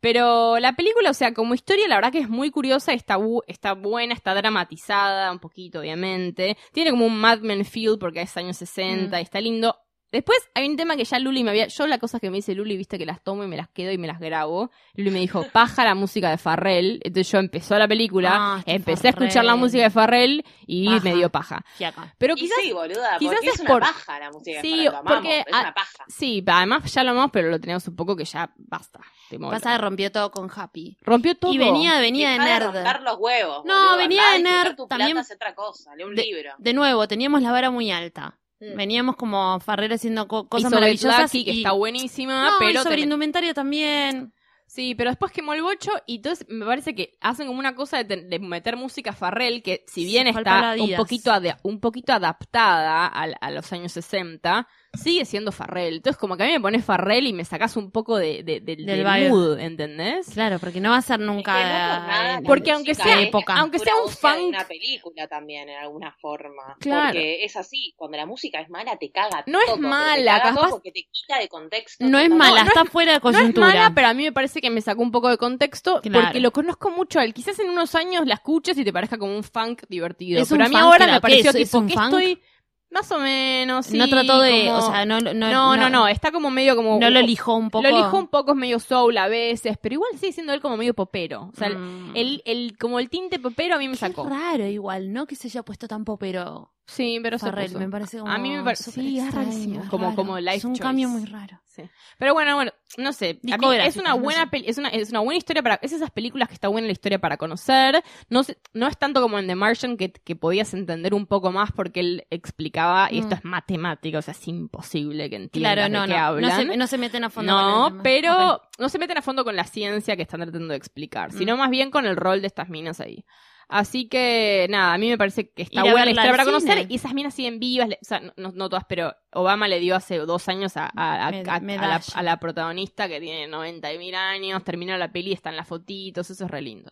C: Pero la película, o sea, como historia, la verdad que es muy curiosa, está, bu- está buena, está dramatizada un poquito, obviamente. Tiene como un Mad Men feel porque es años
B: Mm.
C: 60 y está lindo. Después hay un tema que ya Luli me había... Yo las cosas que me dice Luli, viste que las tomo y me las quedo y me las grabo. Luli me dijo, paja la música de Farrell. Entonces yo empezó la película,
B: Ah, este
C: empecé a escuchar la
B: Farrell.
C: música de Farrell y
B: Paja.
C: me dio paja.
B: Fiaca.
C: Pero
D: Y
C: quizás
D: sí, boluda,
C: quizás
D: porque
C: es
D: es una
C: por-
D: paja la música.
C: Sí,
D: Sí, lo amamos,
C: porque-
D: pero es una paja.
C: Sí, pa- además ya lo amamos, pero lo tenemos un poco que ya basta. Te mola.
B: Pasa rompió todo con Happy.
C: Rompió todo.
B: Y venía, venía de
D: Dejá
B: nerd.
D: romper los huevos.
B: No,
D: boluda,
B: venía
D: andá a
B: de
D: disfrutar
B: nerd,
D: Tu
B: también-
D: plata hace otra cosa, lee un libro.
B: De nuevo, teníamos la vara muy alta.
C: Mm.
B: Veníamos como Farrell haciendo co-
C: Hizo
B: cosas
C: Get
B: maravillosas.
C: Lucky, que
B: y-
C: está buenísima,
B: No, y
C: pero...
B: sobre
C: tenés-
B: indumentaria también.
C: Sí, pero después quemó el bocho y entonces me parece que hacen como una cosa de, ten- de meter música Farrell que si bien
B: Sí, fue al
C: está
B: Paladidas.
C: un poquito, ade- un poquito adaptada al- a, los años 60, sigue siendo Farrell. Entonces como que a mí me pones Farrell y me sacas un poco de, de- del-
B: Del
C: del
B: vibe.
C: mood, ¿entendés?
B: Claro, porque no va a ser
D: Es que no por nada
B: nunca. eh,
D: la
C: Porque aunque
D: música
C: sea-
D: es la
C: aunque sea
D: cultura
C: un
D: ósea de
C: funk-
D: una película también, en alguna forma.
C: Claro.
D: Porque es así, cuando la música es mala, te caga
C: No
D: todo,
C: es
D: porque te
C: mala,
D: caga todo
C: capaz-
D: Porque te quita de contexto.
B: No es
D: totalmente.
B: mala,
C: no
B: está fuera de
C: No es
B: coyuntura.
C: mala, pero a mí me parece que me sacó un poco de contexto
B: Claro.
C: porque lo conozco mucho a él. Quizás en unos años la escuches y te parezca como un funk divertido.
B: Es
C: pero
B: un
C: a mí
B: funk,
C: ahora
B: claro,
C: me pareció
B: ¿qué es? ¿Es
C: tipo
B: un
C: que
B: funk?
C: estoy más o menos.
B: no
C: sí,
B: trató de.
C: como-
B: O sea, no, no,
C: no, no, no, está como medio como.
B: no lo lijó un poco.
C: Lo lijó un poco, es medio soul a veces, pero igual sigue siendo él como medio popero. O sea,
B: Mm.
C: el, el, como el tinte popero a mí me
B: Qué
C: sacó.
B: raro igual, ¿no? Que se haya puesto tan popero.
C: Sí, pero se
B: Farrell,
C: puso.
B: me parece como.
C: A mí me parece-
B: súper
C: sí, es
B: extraño,
C: rarísimo,
B: es
C: como-
B: raro.
C: como life
B: Es un
C: choice.
B: cambio muy raro.
C: Pero bueno, bueno, no sé. A mí es
B: Discográficas,
C: una
B: no
C: buena
B: sé.
C: peli- es una es una buena historia para es esas películas que está buena la historia para conocer. No sé- no es tanto como en The Martian que, que podías entender un poco más porque él explicaba y esto
B: Mm.
C: es matemática, o sea, es imposible que entiendas
B: Claro, no,
C: de qué
B: no. No
C: hablan.
B: se, no se meten a fondo.
C: No,
B: con el tema.
C: pero
B: Ok.
C: no se meten a fondo con la ciencia que están tratando de explicar,
B: Mm.
C: sino más bien con el rol de estas minas ahí. Así que, nada, a mí me parece que
B: Ir
C: está
B: a
C: buena la
B: verla
C: historia
B: al
C: para conocer
B: cine.
C: y esas minas siguen vivas, le- o sea, no, no todas, pero Obama le dio hace dos años a, a- a-
B: Me-
C: a- a la,
B: medalla.
C: a la protagonista que tiene 90 y mil años, termina la peli, están las fotitos, eso es re lindo.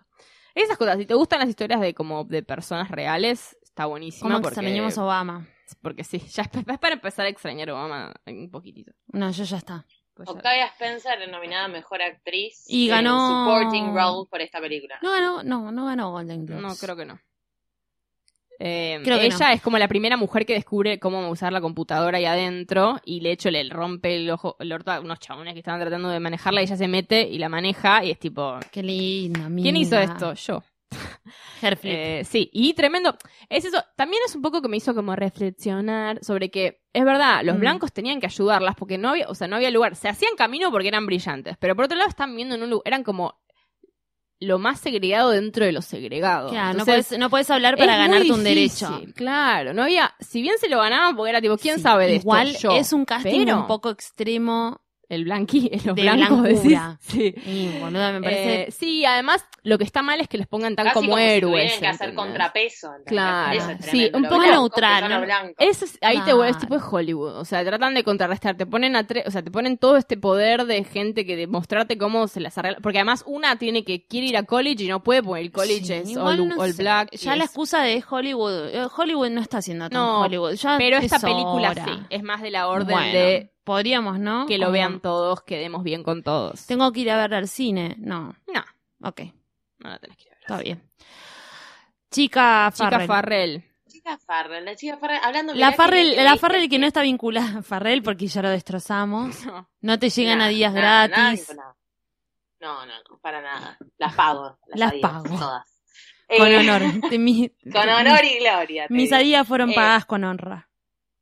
C: Esas cosas, si te gustan las historias de como de personas reales, está
B: ¿Cómo
C: buenísima porque,
B: extrañamos a Obama?
C: porque sí, ya es es para empezar a extrañar a Obama un poquitito.
B: No, yo ya está.
C: Pues ya-
D: Octavia Spencer, nominada mejor actriz.
B: Y
D: en
B: ganó-
D: Supporting Role por esta película.
B: No ganó, no, no ganó Golden Globes.
C: No, creo que no. Eh,
B: Creo que
C: ella es como la primera mujer que descubre cómo usar la computadora ahí adentro y de hecho le rompe el ojo, el orto a unos chabones que estaban tratando de manejarla y ella se mete y la maneja y es tipo,
B: Qué linda, mira.
C: ¿quién hizo esto? Yo.
B: Hairflip.
C: Eh, sí, y tremendo. Es eso, también es un poco que me hizo como reflexionar sobre que es verdad, los
B: Mm.
C: blancos tenían que ayudarlas porque no había, o sea, no había lugar. Se hacían camino porque eran brillantes, pero por otro lado están viendo en un lugar, eran como lo más segregado dentro de los segregados.
B: Claro, no
C: Entonces,
B: podés- no puedes hablar para
C: es muy
B: ganarte un
C: difícil,
B: derecho.
C: Claro, no había, si bien se lo ganaban porque era tipo, ¿quién
B: Sí,
C: sabe de
B: Igual
C: esto? Yo.
B: es un casting
C: Pero-
B: un poco extremo.
C: el blanqui, los
B: de
C: blancos decís.
B: blancura.
C: Sí.
B: Y, boluda, me parece.
C: Eh, sí, además lo que está mal es que los pongan tan
D: Casi
C: como,
D: como si
C: héroes.
D: tuvieran que hacer
C: ¿entendés?
D: contrapeso. ¿entendés?
C: Claro,
D: Eso es
C: sí,
D: tremendo,
C: un
D: lo
C: poco
D: blancos que
B: neutral,
D: son los
B: ¿no?
D: blancos.
C: Eso es- ahí te vuelves
B: Claro.
C: tipo es Hollywood, o sea, tratan de contrarrestar, te ponen a tres, o sea, te ponen todo este poder de gente que de mostrarte cómo se las arregla, porque además una tiene que quiere ir a college y no puede porque el college
B: Sí,
C: es
B: igual
C: all,
B: no
C: all
B: sé.
C: black. y
B: Ya la
C: es-
B: excusa de Hollywood. eh, Hollywood no está haciendo tan
C: No,
B: Hollywood. Ya
C: pero esta
B: es
C: película
B: hora.
C: sí, es más de la orden
B: Bueno,
C: de
B: Podríamos, ¿no?
C: que lo
B: Como,
C: vean todos, quedemos bien con todos.
B: Tengo que ir a ver al cine. No.
C: No,
B: Ok,
C: no la tenés que ir a ver.
B: está bien. Chica Farrell.
C: Chica Farrell.
D: Chica Farrell, la chica Farrell, hablando mirá
B: La
D: que-
B: Farrell,
D: que
B: la
D: viste
B: Farrell que no está vinculada a Farrell porque ya lo destrozamos.
C: No.
B: No te llegan
D: Nada,
B: a días
D: nada, nada,
B: gratis.
D: tipo nada. No, no, no, para nada. Las pago. Las,
B: Las
D: adiós,
B: pago.
D: Todas.
B: con
D: Eh,
B: honor. Te- mi-
D: Con honor y gloria. te
B: Mis
D: digo.
B: adidas fueron
D: Eh,
B: pagadas con honra.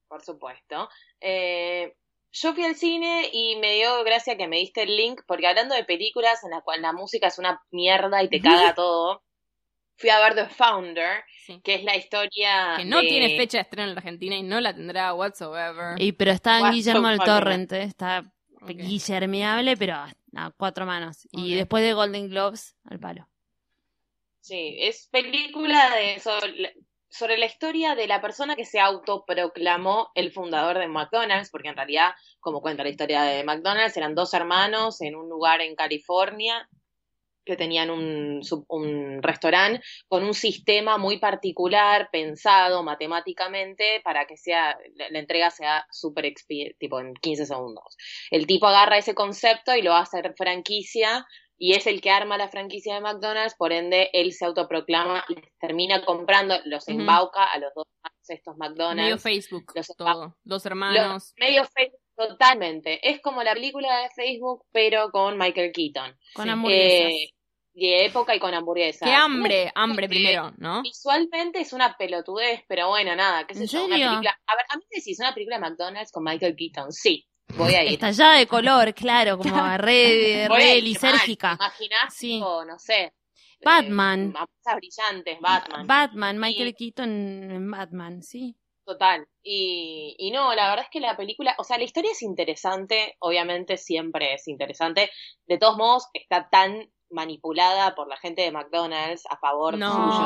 D: por supuesto. Eh, yo fui al cine y me dio gracia que me diste el link, porque hablando de películas en las cuales la música es una mierda y te caga todo, fui a ver The Founder,
C: Sí.
D: que es la historia.
C: Que no
D: Ah, de-
C: tiene fecha de estreno en la Argentina y no la tendrá whatsoever.
B: Y, pero está en
D: Guau,
B: Guillermo del
D: son
B: Torrent, eh, está
C: Ok.
B: guillermeable, pero a, a cuatro manos. Y
C: Ok.
B: después de Golden Globes, al palo.
D: Sí, es película de sobre, la- sobre la historia de la persona que se autoproclamó el fundador de McDonald's, porque en realidad, como cuenta la historia de McDonald's, eran dos hermanos en un lugar en California que tenían un, sub- un restaurante con un sistema muy particular, pensado matemáticamente, para que sea la, la entrega sea súper expi- tipo en 15 segundos. El tipo agarra ese concepto y lo hace franquicia y es el que arma la franquicia de McDonald's, por ende él se autoproclama, les termina comprando, los
C: Ujú.
D: embauca a los dos hermanos, estos
C: Medio
D: McDonald's.
C: Facebook,
D: los-
C: todo. Dos hermanos.
D: Los- medio Facebook, totalmente. Es como la película de Facebook, pero con Michael Keaton.
B: Con
C: Sí.
B: hamburguesas.
D: Eh, de época y con hamburguesas.
C: Qué hambre, hambre
D: Eh,
C: primero, ¿no?
D: Visualmente es una pelotudez, pero bueno, nada, qué sé
B: ¿En
D: yo, una
B: serio?
D: película. A ver, a mí me decís una película de McDonald's con Michael Keaton, sí, voy a ir.
B: Estallada de color, claro, como re,
D: Voy a
B: re
D: ir,
B: lisérgica.
D: mal, ¿te imaginás?
B: Sí.
D: Tipo, no sé.
B: Batman.
D: eh, Mamusas brillantes, Batman.
B: Batman, Michael
D: Sí.
B: Keaton en Batman, sí.
D: Total. Y, y no, la verdad es que la película, o sea, la historia es interesante, obviamente siempre es interesante. De todos modos, está tan manipulada por la gente de McDonald's a favor suyo.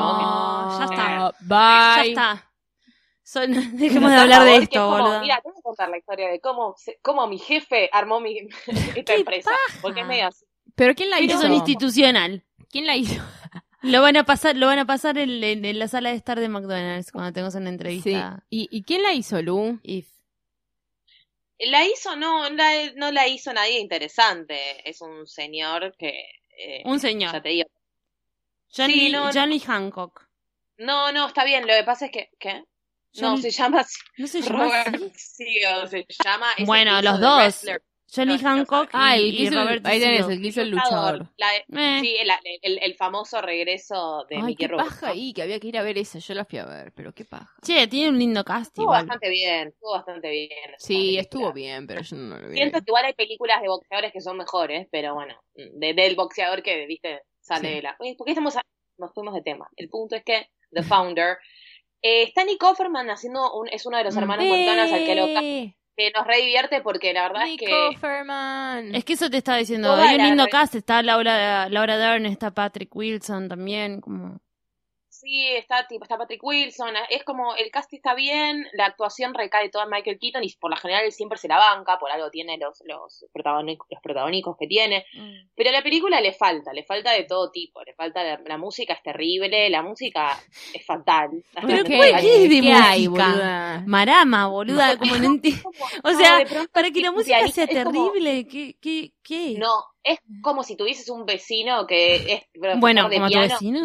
B: ya está. Ya
C: Eh, Bye.
B: está. Son-
D: que-
B: dejemos de hablar de
D: a favor que es
B: esto,
D: como,
B: boludo.
D: Mira, tengo que contar la historia de cómo, se- cómo mi jefe armó mi, esta
B: ¡Qué
D: empresa. Porque es medio así.
C: Pero ¿quién la hizo?
B: Eso es institucional.
C: ¿Quién la hizo?
B: Lo van a pasar, lo van a pasar en, en- en la sala de estar de McDonald's cuando tengamos una entrevista.
C: ¿Y, ¿Y quién la hizo, Lu?
B: If.
D: La hizo, no, la- no la hizo nadie interesante. Es un señor que. eh,
B: Un
D: Ya
B: señor.
D: te digo.
B: John,
D: Sí,
B: Lee-
D: no,
B: John Lee Hancock.
D: No, no, está bien. Lo que pasa es que. ¿Qué? No,
B: John-
D: se llama así.
B: ¿no se llama así?
D: Robert Seal se llama. es el
B: Bueno,
D: que hizo
B: los
D: de
B: dos.
D: Wrestler,
B: John Lee
D: Los-
B: Hancock
D: los-
B: y,
C: Ah, el que
B: y
C: hizo el,
B: Robert
C: ahí tenés,
B: Cicillo.
C: el que hizo el
D: luchador,
C: luchador.
D: la-
B: Eh,
D: sí, la- el, el famoso regreso de
C: Ay,
D: Mickey
C: qué
D: Rourke.
C: paja ahí, que había que ir a ver esa. Yo la fui a ver, pero qué paja.
B: Che, tiene un lindo casting.
D: Estuvo
B: igual.
D: bastante bien, estuvo bastante bien. esa
C: Sí,
D: película.
C: estuvo bien, pero yo no lo vi.
D: Siento que igual hay películas de boxeadores que son mejores, pero bueno, de, del boxeador que, viste, sale
C: Sí.
D: de la... Uy, ¿Por qué estamos a- nos fuimos de tema? El punto es que The Founder... Eh, está Nick Offerman haciendo un, es uno de los
B: Mm.
D: hermanos McDonald's al que, lo ca- que nos re divierte porque la verdad es que
B: Es que eso te estaba diciendo.
D: Toda
B: Hay un
D: la
B: lindo
D: re-
B: cast. Está Laura, Laura Dern, está Patrick Wilson también. Como...
D: Sí, está, tipo, está Patrick Wilson, es como el cast está bien, la actuación recae toda en Michael Keaton y por la general él siempre se la banca, por algo tiene los, los, protagoni- los protagónicos que tiene,
B: Mm.
D: pero a la película le falta, le falta de todo tipo, le falta la, la música es terrible, la música es fatal.
B: Pero
D: Es
B: ¿cuál
D: fatal.
B: es de
C: ¿Qué hay,
B: música?
C: boluda?
B: Marama, boluda, como no enti-
D: Como-
B: O
D: no,
B: sea,
D: de pronto
B: para que la
D: es
B: música
D: pianista,
B: sea
D: es como-
B: terrible, ¿qué? qué, qué?
D: no, es como si tuvieses un vecino que es profesor
B: bueno,
D: de
B: como tu
D: piano
B: vecino.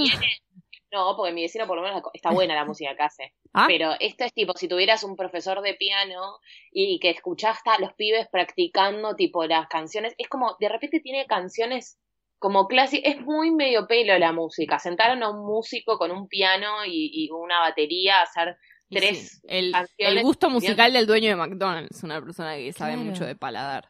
D: No, porque mi vecino por lo menos la co- está buena la música que hace.
C: Ah.
D: Pero esto es tipo, si tuvieras un profesor de piano y que escuchás a los pibes practicando tipo las canciones, es como, de repente tiene canciones como clásicas, es muy medio pelo la música. Sentaron a un músico con un piano y, y una batería a hacer
C: Y
D: tres
C: sí, el,
D: canciones
C: el gusto
D: bien.
C: musical del dueño de McDonald's, una persona que sabe
B: Claro.
C: mucho de paladar.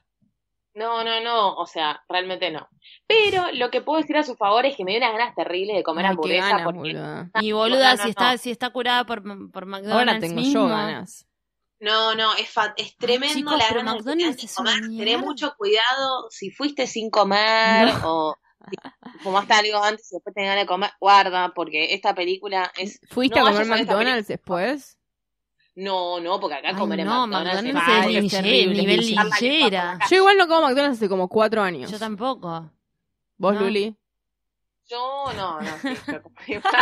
D: No, no, no, o sea, realmente no. Pero lo que puedo decir a su favor es que me dio unas ganas terribles de comer
C: Ay, qué
D: hamburguesa
C: ganas,
D: porque
C: boluda.
B: Y boluda,
D: No, no,
B: si está
D: no.
B: si está curada por, por McDonald's
C: Ahora tengo yo
B: mismo.
C: ganas.
D: No, no, es, fa- es tremendo
B: chicos,
D: la
B: pero
D: gana que te dan
B: McDonald's
D: de
B: es
D: comer.
B: una
D: Tené
B: mierda.
D: mucho cuidado si fuiste sin comer o si comaste algo antes y después tenés ganas de comer. Guarda, porque esta película es.
C: ¿Fuiste
D: No
C: a comer
D: vayas a esta
C: McDonald's después?
D: No, no, porque acá
B: Ay,
D: comer en
B: no,
D: McDonald's,
B: McDonald's,
C: es
D: ay,
B: es,
C: es
B: linche-
C: terrible,
B: nivel
C: es
D: linchera.
B: linchera.
D: Ah.
C: Yo igual no como McDonald's hace como cuatro años.
B: Yo tampoco.
C: ¿Vos,
B: no.
C: Luli?
D: Yo no, no. sí, yo como-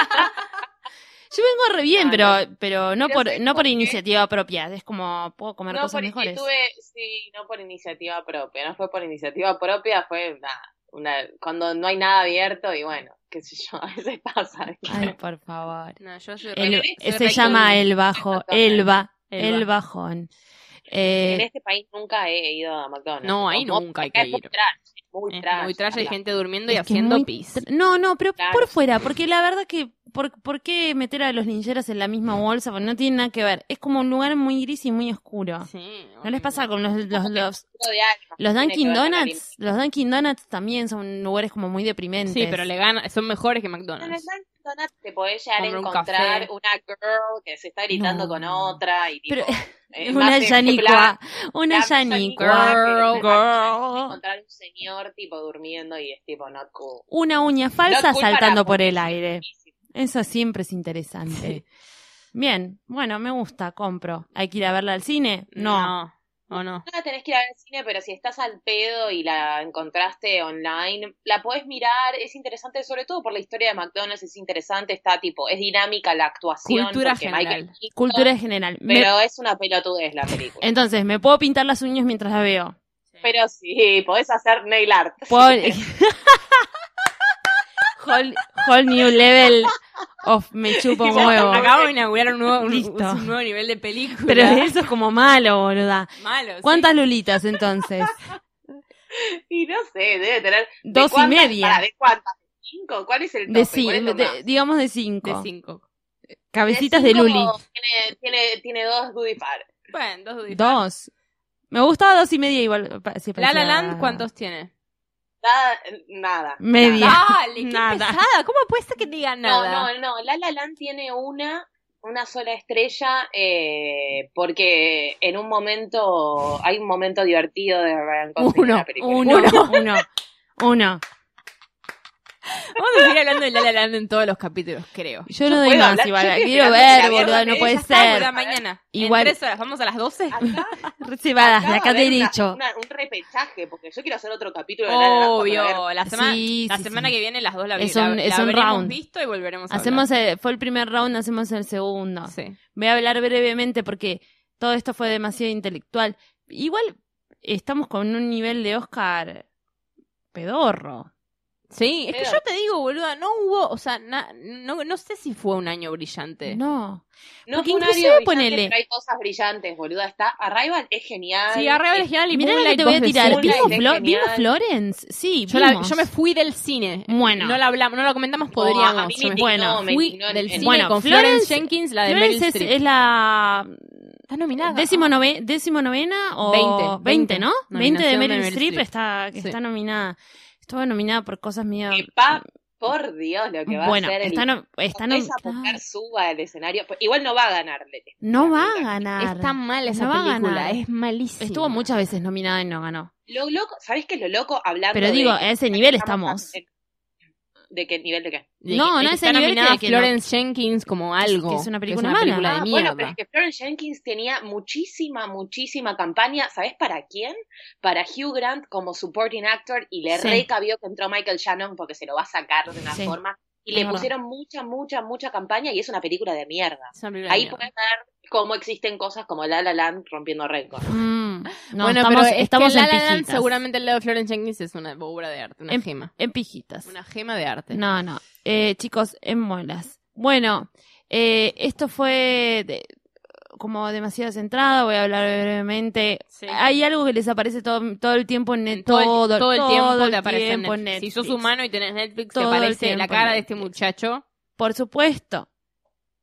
B: Yo vengo re bien,
D: Ah,
B: pero, pero no
D: Pero
B: por,
D: ¿sabes
B: no por
D: por qué?
B: iniciativa propia. Es como, puedo comer
D: no
B: cosas
D: por
B: mejores.
D: iniciativa, sí, no por iniciativa propia. No fue por iniciativa propia, fue nada. Una, cuando no hay nada abierto y bueno, qué sé yo, a veces pasa.
B: Ay, por favor.
C: No, yo soy
B: El-
D: re- soy
B: se
D: re
B: llama
D: con-
B: el bajo, el ba, el
C: Elba.
B: bajón. Eh,
D: En este país nunca he ido a McDonald's.
C: No, ahí
D: Como-
C: nunca hay
D: acá
C: que
D: es muy
C: ir.
D: trash, muy trash.
C: Muy trash, hay
D: acá.
C: gente durmiendo y
B: Es que
C: haciendo
B: muy
C: pis.
B: Tra- No, no, pero
D: Claro.
B: por fuera, porque la verdad que, ¿por, por qué meter a los lincheros en la misma bolsa? Porque no tiene nada que ver. Es como un lugar muy gris y muy oscuro.
C: Sí,
B: ¿No les pasa con los, los, los,
D: Puro de alma,
B: los
D: tiene que
B: Dunkin'
D: ver con la
B: Donuts? Los Dunkin' Donuts también son lugares como muy deprimentes.
C: Sí, pero le gana, son mejores que
D: lima. En el
C: McDonald's.
D: Dunkin' Donuts te podés llegar a
C: Comprar un
D: encontrar
C: café.
D: una girl que se está gritando
B: No.
D: con otra y tipo,
B: Pero-
D: eh,
B: una
D: más en
B: yanicua,
D: plan,
B: una
D: plan
B: yanicua,
D: pero
C: Girl,
D: te vas a
B: girl.
D: "Ah, Encontrar un señor tipo durmiendo y es tipo not cool.
B: una uña falsa
D: Not cool para
B: saltando por
D: muchos,
B: el aire.
D: sí, sí.
B: Eso siempre es interesante. Bien, bueno, me gusta, compro. ¿Hay que ir a verla al cine? No.
C: No, o no.
D: No la tenés que ir a ver al cine, pero si estás al pedo y la encontraste online, la podés mirar, es interesante, sobre todo por la historia de McDonald's, es interesante, está tipo, es dinámica la actuación.
C: Cultura
D: porque
C: general.
D: Michael Keaton-
B: Cultura en general. Me-
D: Pero es una pelotudez la película.
B: Entonces, me puedo pintar las uñas mientras la veo.
D: Pero sí, podés hacer nail art.
B: Puedo- whole, whole new level of me chupo un
C: Ya
B: huevo.
C: Acabamos de inaugurar un nuevo, un-
B: Listo.
C: un nuevo nivel de película.
B: Pero eso es como malo, boluda.
C: Malo. sí.
B: ¿Cuántas lulitas entonces?
D: Y no sé, debe tener. ¿de
B: Dos y
D: cuántas- pará,
B: media.
D: ¿De cuántas? ¿Cinco? ¿Cuál es el tope?
B: De ci-
D: ¿Cuál es lo
B: de-
D: más?
B: digamos de cinco.
C: De cinco.
B: Cabecitas de
D: cinco
B: Luli.
D: Tiene, tiene, tiene dos Goody Par.
C: Bueno, dos dudas.
B: Dos. Me gustaba dos y media igual. pa- sí,
C: La La
B: parecía-
C: Land, ¿cuántos tiene?
D: Nada. nada
B: Media.
D: nada.
C: Dale, qué
B: Nada.
C: pesada. ¿Cómo puede ser que diga nada?
D: No, no, no. La La Land tiene una. Una sola estrella, eh, porque en un momento hay un momento divertido de Ryan Gosling en
C: Uno,
D: la película.
B: Uno, uno, uno.
C: Vamos a seguir hablando de La La Land en todos los capítulos, creo.
B: Yo no doy
D: puedo
B: más,
D: hablar,
B: igual.
D: yo estoy
B: Quiero
D: esperando que la
B: ver,
D: mierda
B: boluda,
D: me
B: no
D: diga,
B: puede
D: ya está,
B: ser.
C: Ahora mañana.
B: Igual-
C: En tres horas, vamos a las 12.
D: Acá
B: Recibadas, de
D: Acaba
B: acá
D: de haber una-
B: derecho.
D: una- un repechaje, porque yo quiero hacer otro capítulo de la Obvio.
C: Obvio, la semana,
B: Sí,
C: la
B: sí,
C: semana
B: sí.
C: que viene las dos la, vi-
B: Es un-
C: la-
B: es
C: la
B: un
C: habremos
B: round.
C: visto y volveremos a
B: Hacemos el- fue el primer round, hacemos el segundo.
C: hablar. Sí.
B: Voy a hablar brevemente porque todo esto fue demasiado intelectual. Igual estamos con un nivel de Oscar pedorro.
C: Sí, es que
D: Pero-
C: yo te digo, boluda, no hubo, o sea, na- no, no sé si fue un año brillante.
B: No.
D: No
B: Porque
D: fue un
B: inclusive
D: área brillante,
B: ponele-
D: pero hay cosas brillantes, boluda. Está, Arrival es genial.
C: Sí, arriba
D: Es-
C: el genial y
B: Mirá lo que
C: Moonlight
B: te voy a
C: vos decís.
B: tirar.
D: Moonlight
B: ¿Vimos,
D: es
B: Flo-
D: genial.
B: vimos Florence? Sí,
C: Yo, la-
B: vimos.
C: yo me fui del cine.
B: Bueno.
C: No la hablamos, no la comentamos,
D: No, a
C: podríamos.
D: mí
C: yo
D: me
C: me
D: indignó,
B: Bueno,
D: me
C: fui
D: indignó en-
C: del
D: en-
C: cine
B: Bueno,
C: con Florence,
B: Florence-
C: Jenkins, la de
B: Florence
C: Meryl
B: es,
C: Streep.
B: es la
C: Está nominada.
B: décimo, nove- décimo novena o
C: 20,
B: 20, ¿no? 20 de
C: Nominación
B: Meryl Streep está, que
C: Sí.
B: está nominada. Estuvo nominada por cosas mías.
D: que pa- por Dios, lo que va
B: Bueno,
D: a hacer. el-
B: está, no, está
D: cuando
B: no,
D: esa mujer suba al escenario. Igual no va a ganarle.
B: no va a ganar.
C: Está mal esa
B: No va a
C: película,
B: ganar.
C: es malísima.
B: Estuvo muchas veces nominada y no ganó.
D: Lo loco, ¿sabés qué es lo loco? Hablando
B: Pero digo,
D: de,
B: a ese nivel estamos.
D: en- ¿De qué nivel de qué?
C: De-
B: No,
C: de
B: no
C: que
B: ese
C: está
B: nivel
C: nominada
B: de que
C: Florence Jenkins como algo.
B: que es una película
C: que es una
B: mala.
C: película
D: Ah,
C: de mierda.
D: bueno, pero es que Florence Jenkins tenía muchísima, muchísima campaña. ¿Sabes para quién? Para Hugh Grant como supporting actor y le
B: Sí.
D: recabió que entró Michael Shannon porque se lo va a sacar de una
B: Sí.
D: forma. Y
B: Es
D: le
B: verdad.
D: pusieron mucha, mucha, mucha campaña y es una película de mierda.
C: Es una película de
D: Ahí
C: mierda.
D: pueden ver cómo existen cosas como La La Land rompiendo récords.
B: Mm, no,
C: bueno,
B: estamos,
C: pero es
B: estamos
C: que La
B: en
C: La Land,
B: pijitas. Em
C: seguramente el lado de Florence Jenkins es una obra de arte, una
B: En-
C: gema.
B: En pijitas.
C: Una gema de arte.
B: No, no. Eh, chicos, en molas. Bueno, eh, esto fue de- como demasiado centrada, voy a hablar brevemente.
C: Sí.
B: Hay algo que les aparece todo, todo el tiempo en net-
C: todo, el-
B: todo,
C: todo el, tiempo te aparece en
B: tiempo en
C: Netflix. Si
B: Netflix.
C: sos humano y tenés Netflix,
B: Todo
C: te
B: el
C: aparece
B: tiempo
C: la
B: en
C: cara de este
B: Netflix.
C: muchacho.
B: Por supuesto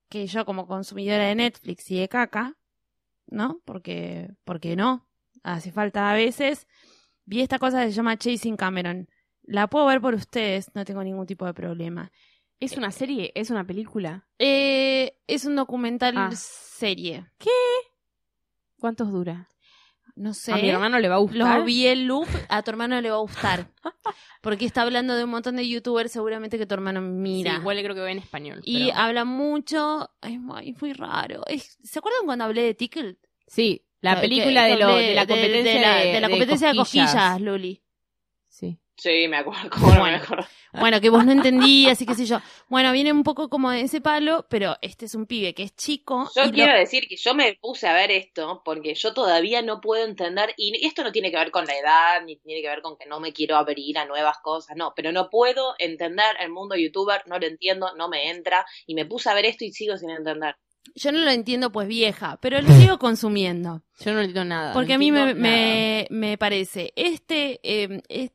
B: que yo como consumidora de Netflix y de caca, ¿no? Porque, porque no, hace falta a veces. Vi esta cosa que se llama Chasing Cameron. La puedo ver por ustedes, no tengo ningún tipo de problema.
C: ¿Es una serie? ¿Es una película?
B: Eh, es un documental
C: Ah.
B: serie.
C: ¿Cuántos dura?
B: No sé.
C: A mi hermano le va a gustar.
B: Lo vi el loop, a tu hermano le va a gustar. Porque está hablando de un montón de youtubers, seguramente que tu hermano
C: Sí,
B: mira.
C: igual creo que ve en español.
B: y
C: pero-
B: habla mucho. Es muy, muy raro. Es- ¿Se acuerdan cuando hablé de Tickled?
C: Sí, la
B: Que-
C: película
B: que
C: de, lo-
B: hablé
C: de la competencia de,
B: de la, de la competencia de cosquillas, Luli.
C: Sí.
D: Sí, me acuerdo. ¿Cómo no me
B: Bueno.
D: acuerdo?
B: Bueno, que vos no entendías y qué sé yo. Bueno, viene un poco como de ese palo, pero este es un pibe que es chico. y
D: Yo
B: lo-
D: quiero decir que yo me puse a ver esto porque yo todavía no puedo entender, y esto no tiene que ver con la edad, ni tiene que ver con que no me quiero abrir a nuevas cosas, no, pero no puedo entender el mundo youtuber, no lo entiendo, no me entra, y me puse a ver esto y sigo sin entender.
B: yo no lo entiendo pues vieja, pero lo sigo consumiendo.
C: Yo no entiendo nada.
B: Porque
C: no
B: a mí me,
C: entiendo nada.
B: me, me parece, este, eh, es-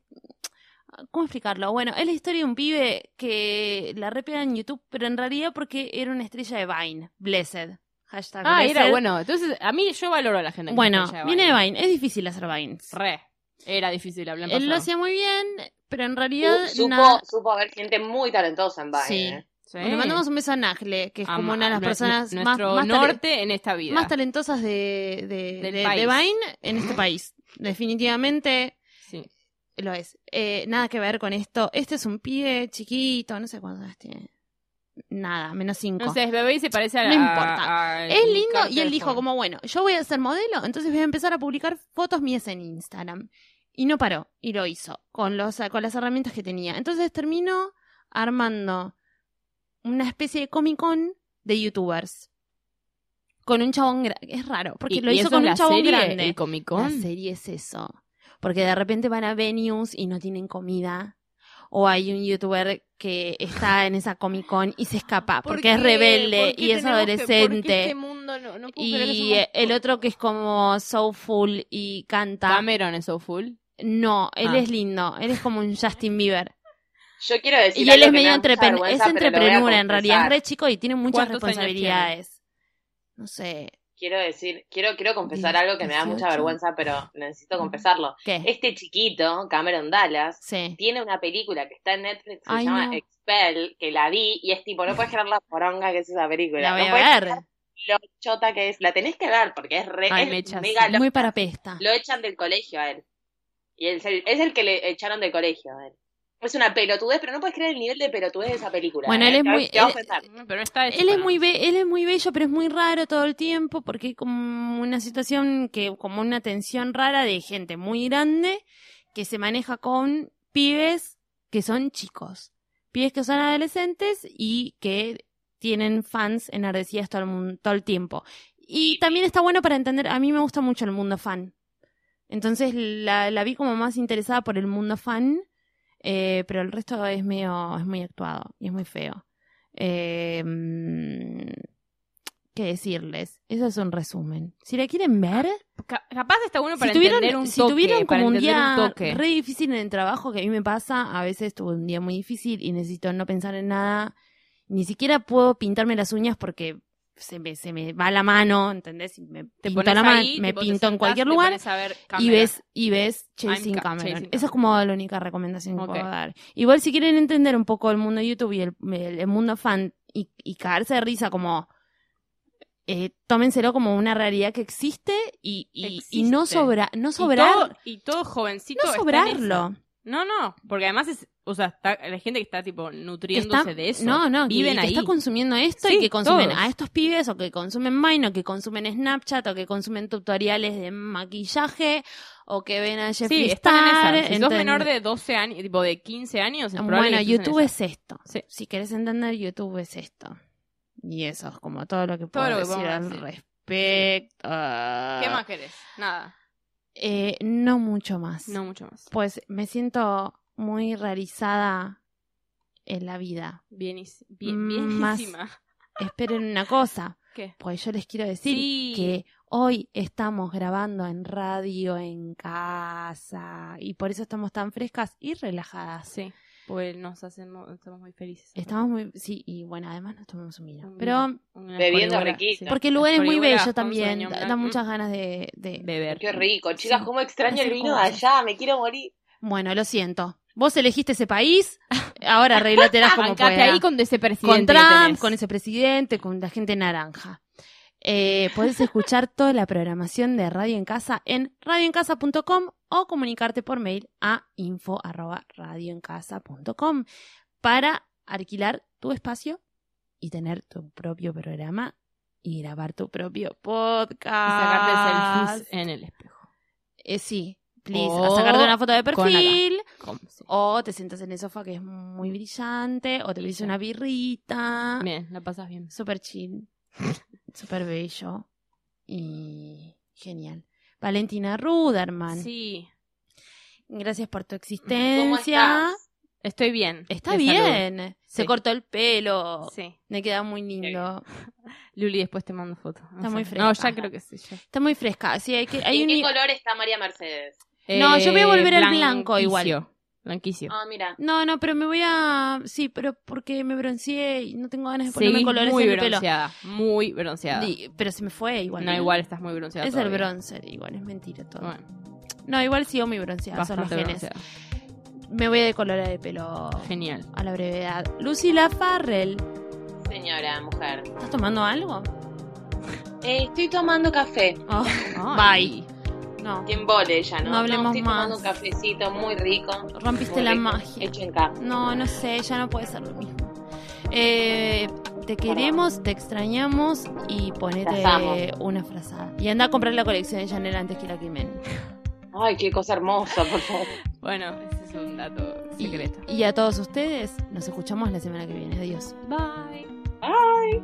B: ¿cómo explicarlo? Bueno, es la historia de un pibe que la repega en YouTube, pero en realidad porque era una estrella de Vine, Blessed. Hashtag
C: Ah,
B: Blessed.
C: era bueno. Entonces, a mí yo valoro a la gente. que
B: Bueno,
C: escucha
B: viene de Vine, es difícil hacer Vines.
C: Re. Era difícil hablar en
B: Él lo
C: pasado.
B: hacía muy bien, pero en
C: Uh,
B: realidad...
D: Uh, Supo,
B: na-
D: supo haber gente muy talentosa en Vine.
B: Sí.
D: ¿eh?
C: Sí.
B: Le mandamos un beso a Nagle, que es
C: Ama-
B: como una de las
C: nue-
B: personas
C: nue-
B: más,
C: nuestro
B: más tale-
C: norte en esta vida.
B: más talentosas de, de,
C: Del
B: de- de
C: país.
B: Vine en este país. Definitivamente
C: Sí.
B: Lo es. Eh, nada que ver con esto. Este es un pibe chiquito, no sé cuántos años tiene. Nada, menos cinco.
C: No sé, es bebé y se parece a
B: No
C: a-
B: importa.
C: a-
B: es lindo
C: Carter
B: y él dijo
C: Ford.
B: como, bueno, yo voy a ser modelo, entonces voy a empezar a publicar fotos mías en Instagram. Y no paró, y lo hizo, con, los, con las herramientas que tenía. Entonces terminó armando una especie de Comic Con de youtubers. Con un chabón gra- Es raro, porque
C: Y-
B: lo
C: y
B: hizo
C: eso es
B: con
C: la
B: un chabón
C: serie,
B: grande.
C: El Comic
B: La
C: Con.
B: serie es eso. Porque de repente van a venues y no tienen comida. O hay un youtuber que está en esa Comic Con y se escapa
C: ¿Por
B: porque
C: qué?
B: es rebelde
C: ¿Por qué
B: y es
C: tenemos que- por qué este
B: adolescente.
C: mundo no- no puedo creer que
B: y
C: somos-
B: el otro que es como soulful y canta.
C: Cameron es so full.
B: No, él
C: Ah.
B: es lindo. Él es como un Justin Bieber.
D: Yo quiero decir
B: y él
D: algo
B: es
D: que me
B: medio
D: da mucha
B: entrepen- es
D: vergüenza, pero lo voy a
B: entreprenura en realidad. Es
D: confesar.
B: re chico y tiene muchas
C: ¿Cuántos años
B: responsabilidades. No sé.
D: Quiero decir, quiero, quiero confesar
B: Diez,
D: algo que me da mucha
B: 18.
D: vergüenza, pero necesito confesarlo.
B: ¿Qué?
D: Este chiquito, Cameron Dallas,
B: Sí.
D: tiene una película que está en Netflix que
B: Ay,
D: se llama
B: no.
D: Expel, que la vi y es tipo, no puedes creer la poronga que es esa película.
B: La voy
D: no
B: a
D: puedes
B: ver.
D: creer Lo chota que es. La tenés que ver porque es re.
C: Ay,
D: es
C: me echas.
D: mega lo,
B: Muy parapesta.
D: lo echan del colegio a él. Y él es el, es el que le echaron del colegio a él. Es una pelotudez, pero no puedes creer el nivel de pelotudez de esa película.
B: Bueno,
D: ¿eh?
B: él es
D: Te va-
B: muy-
D: te va a
B: él-
D: ofender.
C: Pero está hecho
B: Él es,
C: para
B: muy
C: nosotros.
B: be- él es muy bello, pero es muy raro todo el tiempo, porque hay como una situación que, como una tensión rara de gente muy grande que se maneja con pibes que son chicos, pibes que son adolescentes y que tienen fans enardecidas todo el, mun- todo el tiempo. Y también está bueno para entender, a mí me gusta mucho el mundo fan. Entonces la, la vi como más interesada por el mundo fan, eh, pero el resto es medio, es muy actuado y es muy feo. Eh, mm, ¿Qué decirles? Eso es un resumen. Si la quieren ver,
C: Ca- capaz está Ah, bueno para
B: si tuvieron,
C: entender un
B: si
C: toque,
B: tuvieron
C: para
B: como un
C: entender
B: día
C: un toque.
B: re difícil en el trabajo, que a mí me pasa, a veces tuve un día muy difícil y necesito no pensar en nada, ni siquiera puedo pintarme las uñas porque se me, se me va la mano, ¿entendés? Y me
C: Te
B: pinto
C: pones
B: la mano,
C: ahí,
B: me
C: tipo, te
B: pinto en
C: sentás,
B: cualquier
C: te
B: lugar
C: pones a ver
B: y
C: Cameron.
B: ves y ves
C: I'm
B: Chasing
C: ca-
B: Cameron.
C: Chasing
B: Esa es como la única recomendación que
C: Ok.
B: puedo dar. Igual si quieren entender un poco el mundo YouTube y el, el- el mundo fan y, y cagarse de risa como eh, tómenselo como una realidad que existe y, y- y no
C: Existe.
B: sobra no
C: Y
B: sobrar
C: todo- Y todo, jovencito.
B: no
C: está en esa.
B: sobrarlo
C: No, no. Porque además es. O sea, está, la gente que está tipo
B: que
C: nutriéndose
B: está,
C: de eso.
B: no no que-
C: Viven
B: que
C: ahí.
B: está consumiendo esto
C: Sí,
B: y que consumen
C: todos.
B: a estos pibes o que consumen Vine o que consumen Snapchat o que consumen tutoriales de maquillaje o que ven a Jeffree
C: Sí, están
B: Star,
C: en esa. Si sos
B: ¿entendés?
C: menor de 12 años, tipo de 15 años, es probable
B: Bueno,
C: que estés en
B: YouTube
C: esa.
B: es esto.
C: Sí.
B: Si querés entender, YouTube es esto. Y eso es como todo lo que
C: Todo
B: puedo
C: lo que
B: decir
C: podemos
B: al
C: decir.
B: respecto.
C: ¿Qué más querés? Nada.
B: Eh, no mucho más.
C: No mucho más.
B: Pues me siento muy realizada en la vida.
C: Bienis- bien,
B: Mm, Más-
C: bienísima.
B: Esperen una cosa,
C: ¿Qué?
B: pues yo les quiero decir
C: Sí.
B: que hoy estamos grabando en radio, en casa, y por eso estamos tan frescas y relajadas.
C: Sí, pues nos hacemos, estamos muy felices.
B: Estamos muy, sí, y bueno, además nos tomamos un vino.
C: Un
B: Pero,
C: vino, una
D: Bebiendo
C: foribola,
D: riquito.
C: sí.
B: porque el lugar es muy
C: Foribola
B: bello
C: con
B: también,
C: Sauvignon
B: da, da
C: Blanc.
B: muchas ganas de, de...
C: beber.
D: Qué rico, chicas,
B: Sí.
D: cómo extraño el
B: Hacer
D: vino de
B: cosas.
D: allá, me quiero morir.
B: Bueno, lo siento. Vos elegiste ese país, ahora arreglátelas Ah, como
C: Bancate
B: puedas.
C: ahí con ese presidente
B: con
C: que
B: Trump,
C: tenés.
B: con ese presidente, con la gente naranja. Eh, podés escuchar toda la programación de Radio en Casa en radioencasa.com o comunicarte por mail a info@radioencasa.com para alquilar tu espacio y tener tu propio programa y grabar tu propio podcast.
C: Y
B: Ah.
C: sacarte selfies en el espejo.
B: Eh, sí, please,
C: O
B: sacarte una foto de
C: con acá.
B: perfil.
C: ¿Cómo se-
B: O te sientas en el sofá que es muy brillante, o te pides una birrita.
C: Bien, la pasas bien.
B: Súper chill, súper bello y genial. Valentina Ruderman,
C: Sí,
B: gracias por tu
D: ¿Cómo
B: existencia.
D: estás?
C: estoy bien.
B: Está
C: de
B: bien, se
C: Sí.
B: cortó el pelo,
C: salud. Sí.
B: me queda muy lindo.
C: Luli, después te mando foto. No
B: Está muy fresca.
C: No, ya creo que sí. ya.
B: Está muy fresca, sí, hay que... Hay
D: ¿En
B: un-
D: qué color está María Mercedes?
B: No, yo voy a volver al blanco igual.
C: Eh, blanquicio, Blanquicio.
D: Ah, mira.
B: No, no, pero me voy a... Sí, pero porque me bronceé y no tengo ganas de ponerme
C: Seguís
B: colores
C: muy
B: en el pelo.
C: bronceada. Muy bronceada.
B: Di- Pero se me fue igual.
C: No, igual estás muy bronceada.
B: Es el
C: todavía.
B: bronzer, igual es mentira todo.
C: Bueno,
B: No, igual sigo muy bronceada, son los
C: bastante
B: genes.
C: bronceada.
B: Me voy a decolorar el pelo.
C: Genial.
B: a la brevedad. Lucila Farrell,
D: Señora, mujer.
B: ¿estás tomando algo?
D: Eh, estoy tomando café.
B: Oh,
C: Ay.
B: bye. No,
D: Timbole ya, ¿no?
B: No hablemos
D: estoy
B: más.
D: tomando un cafecito muy rico.
B: rompiste
D: muy
B: la
D: rico,
B: magia.
D: Hecho en casa.
B: No, no sé, ya no puede ser lo mismo. Eh, te queremos, te extrañamos y
D: Las amo.
B: ponete una frazada. Y anda a comprar la colección de Chanel antes que la quemen.
D: Ay, qué cosa hermosa, por favor.
C: Bueno, ese es un dato
B: Y-
C: secreto.
B: y a todos ustedes, nos escuchamos la semana que viene. Adiós.
C: Bye.
D: Ay.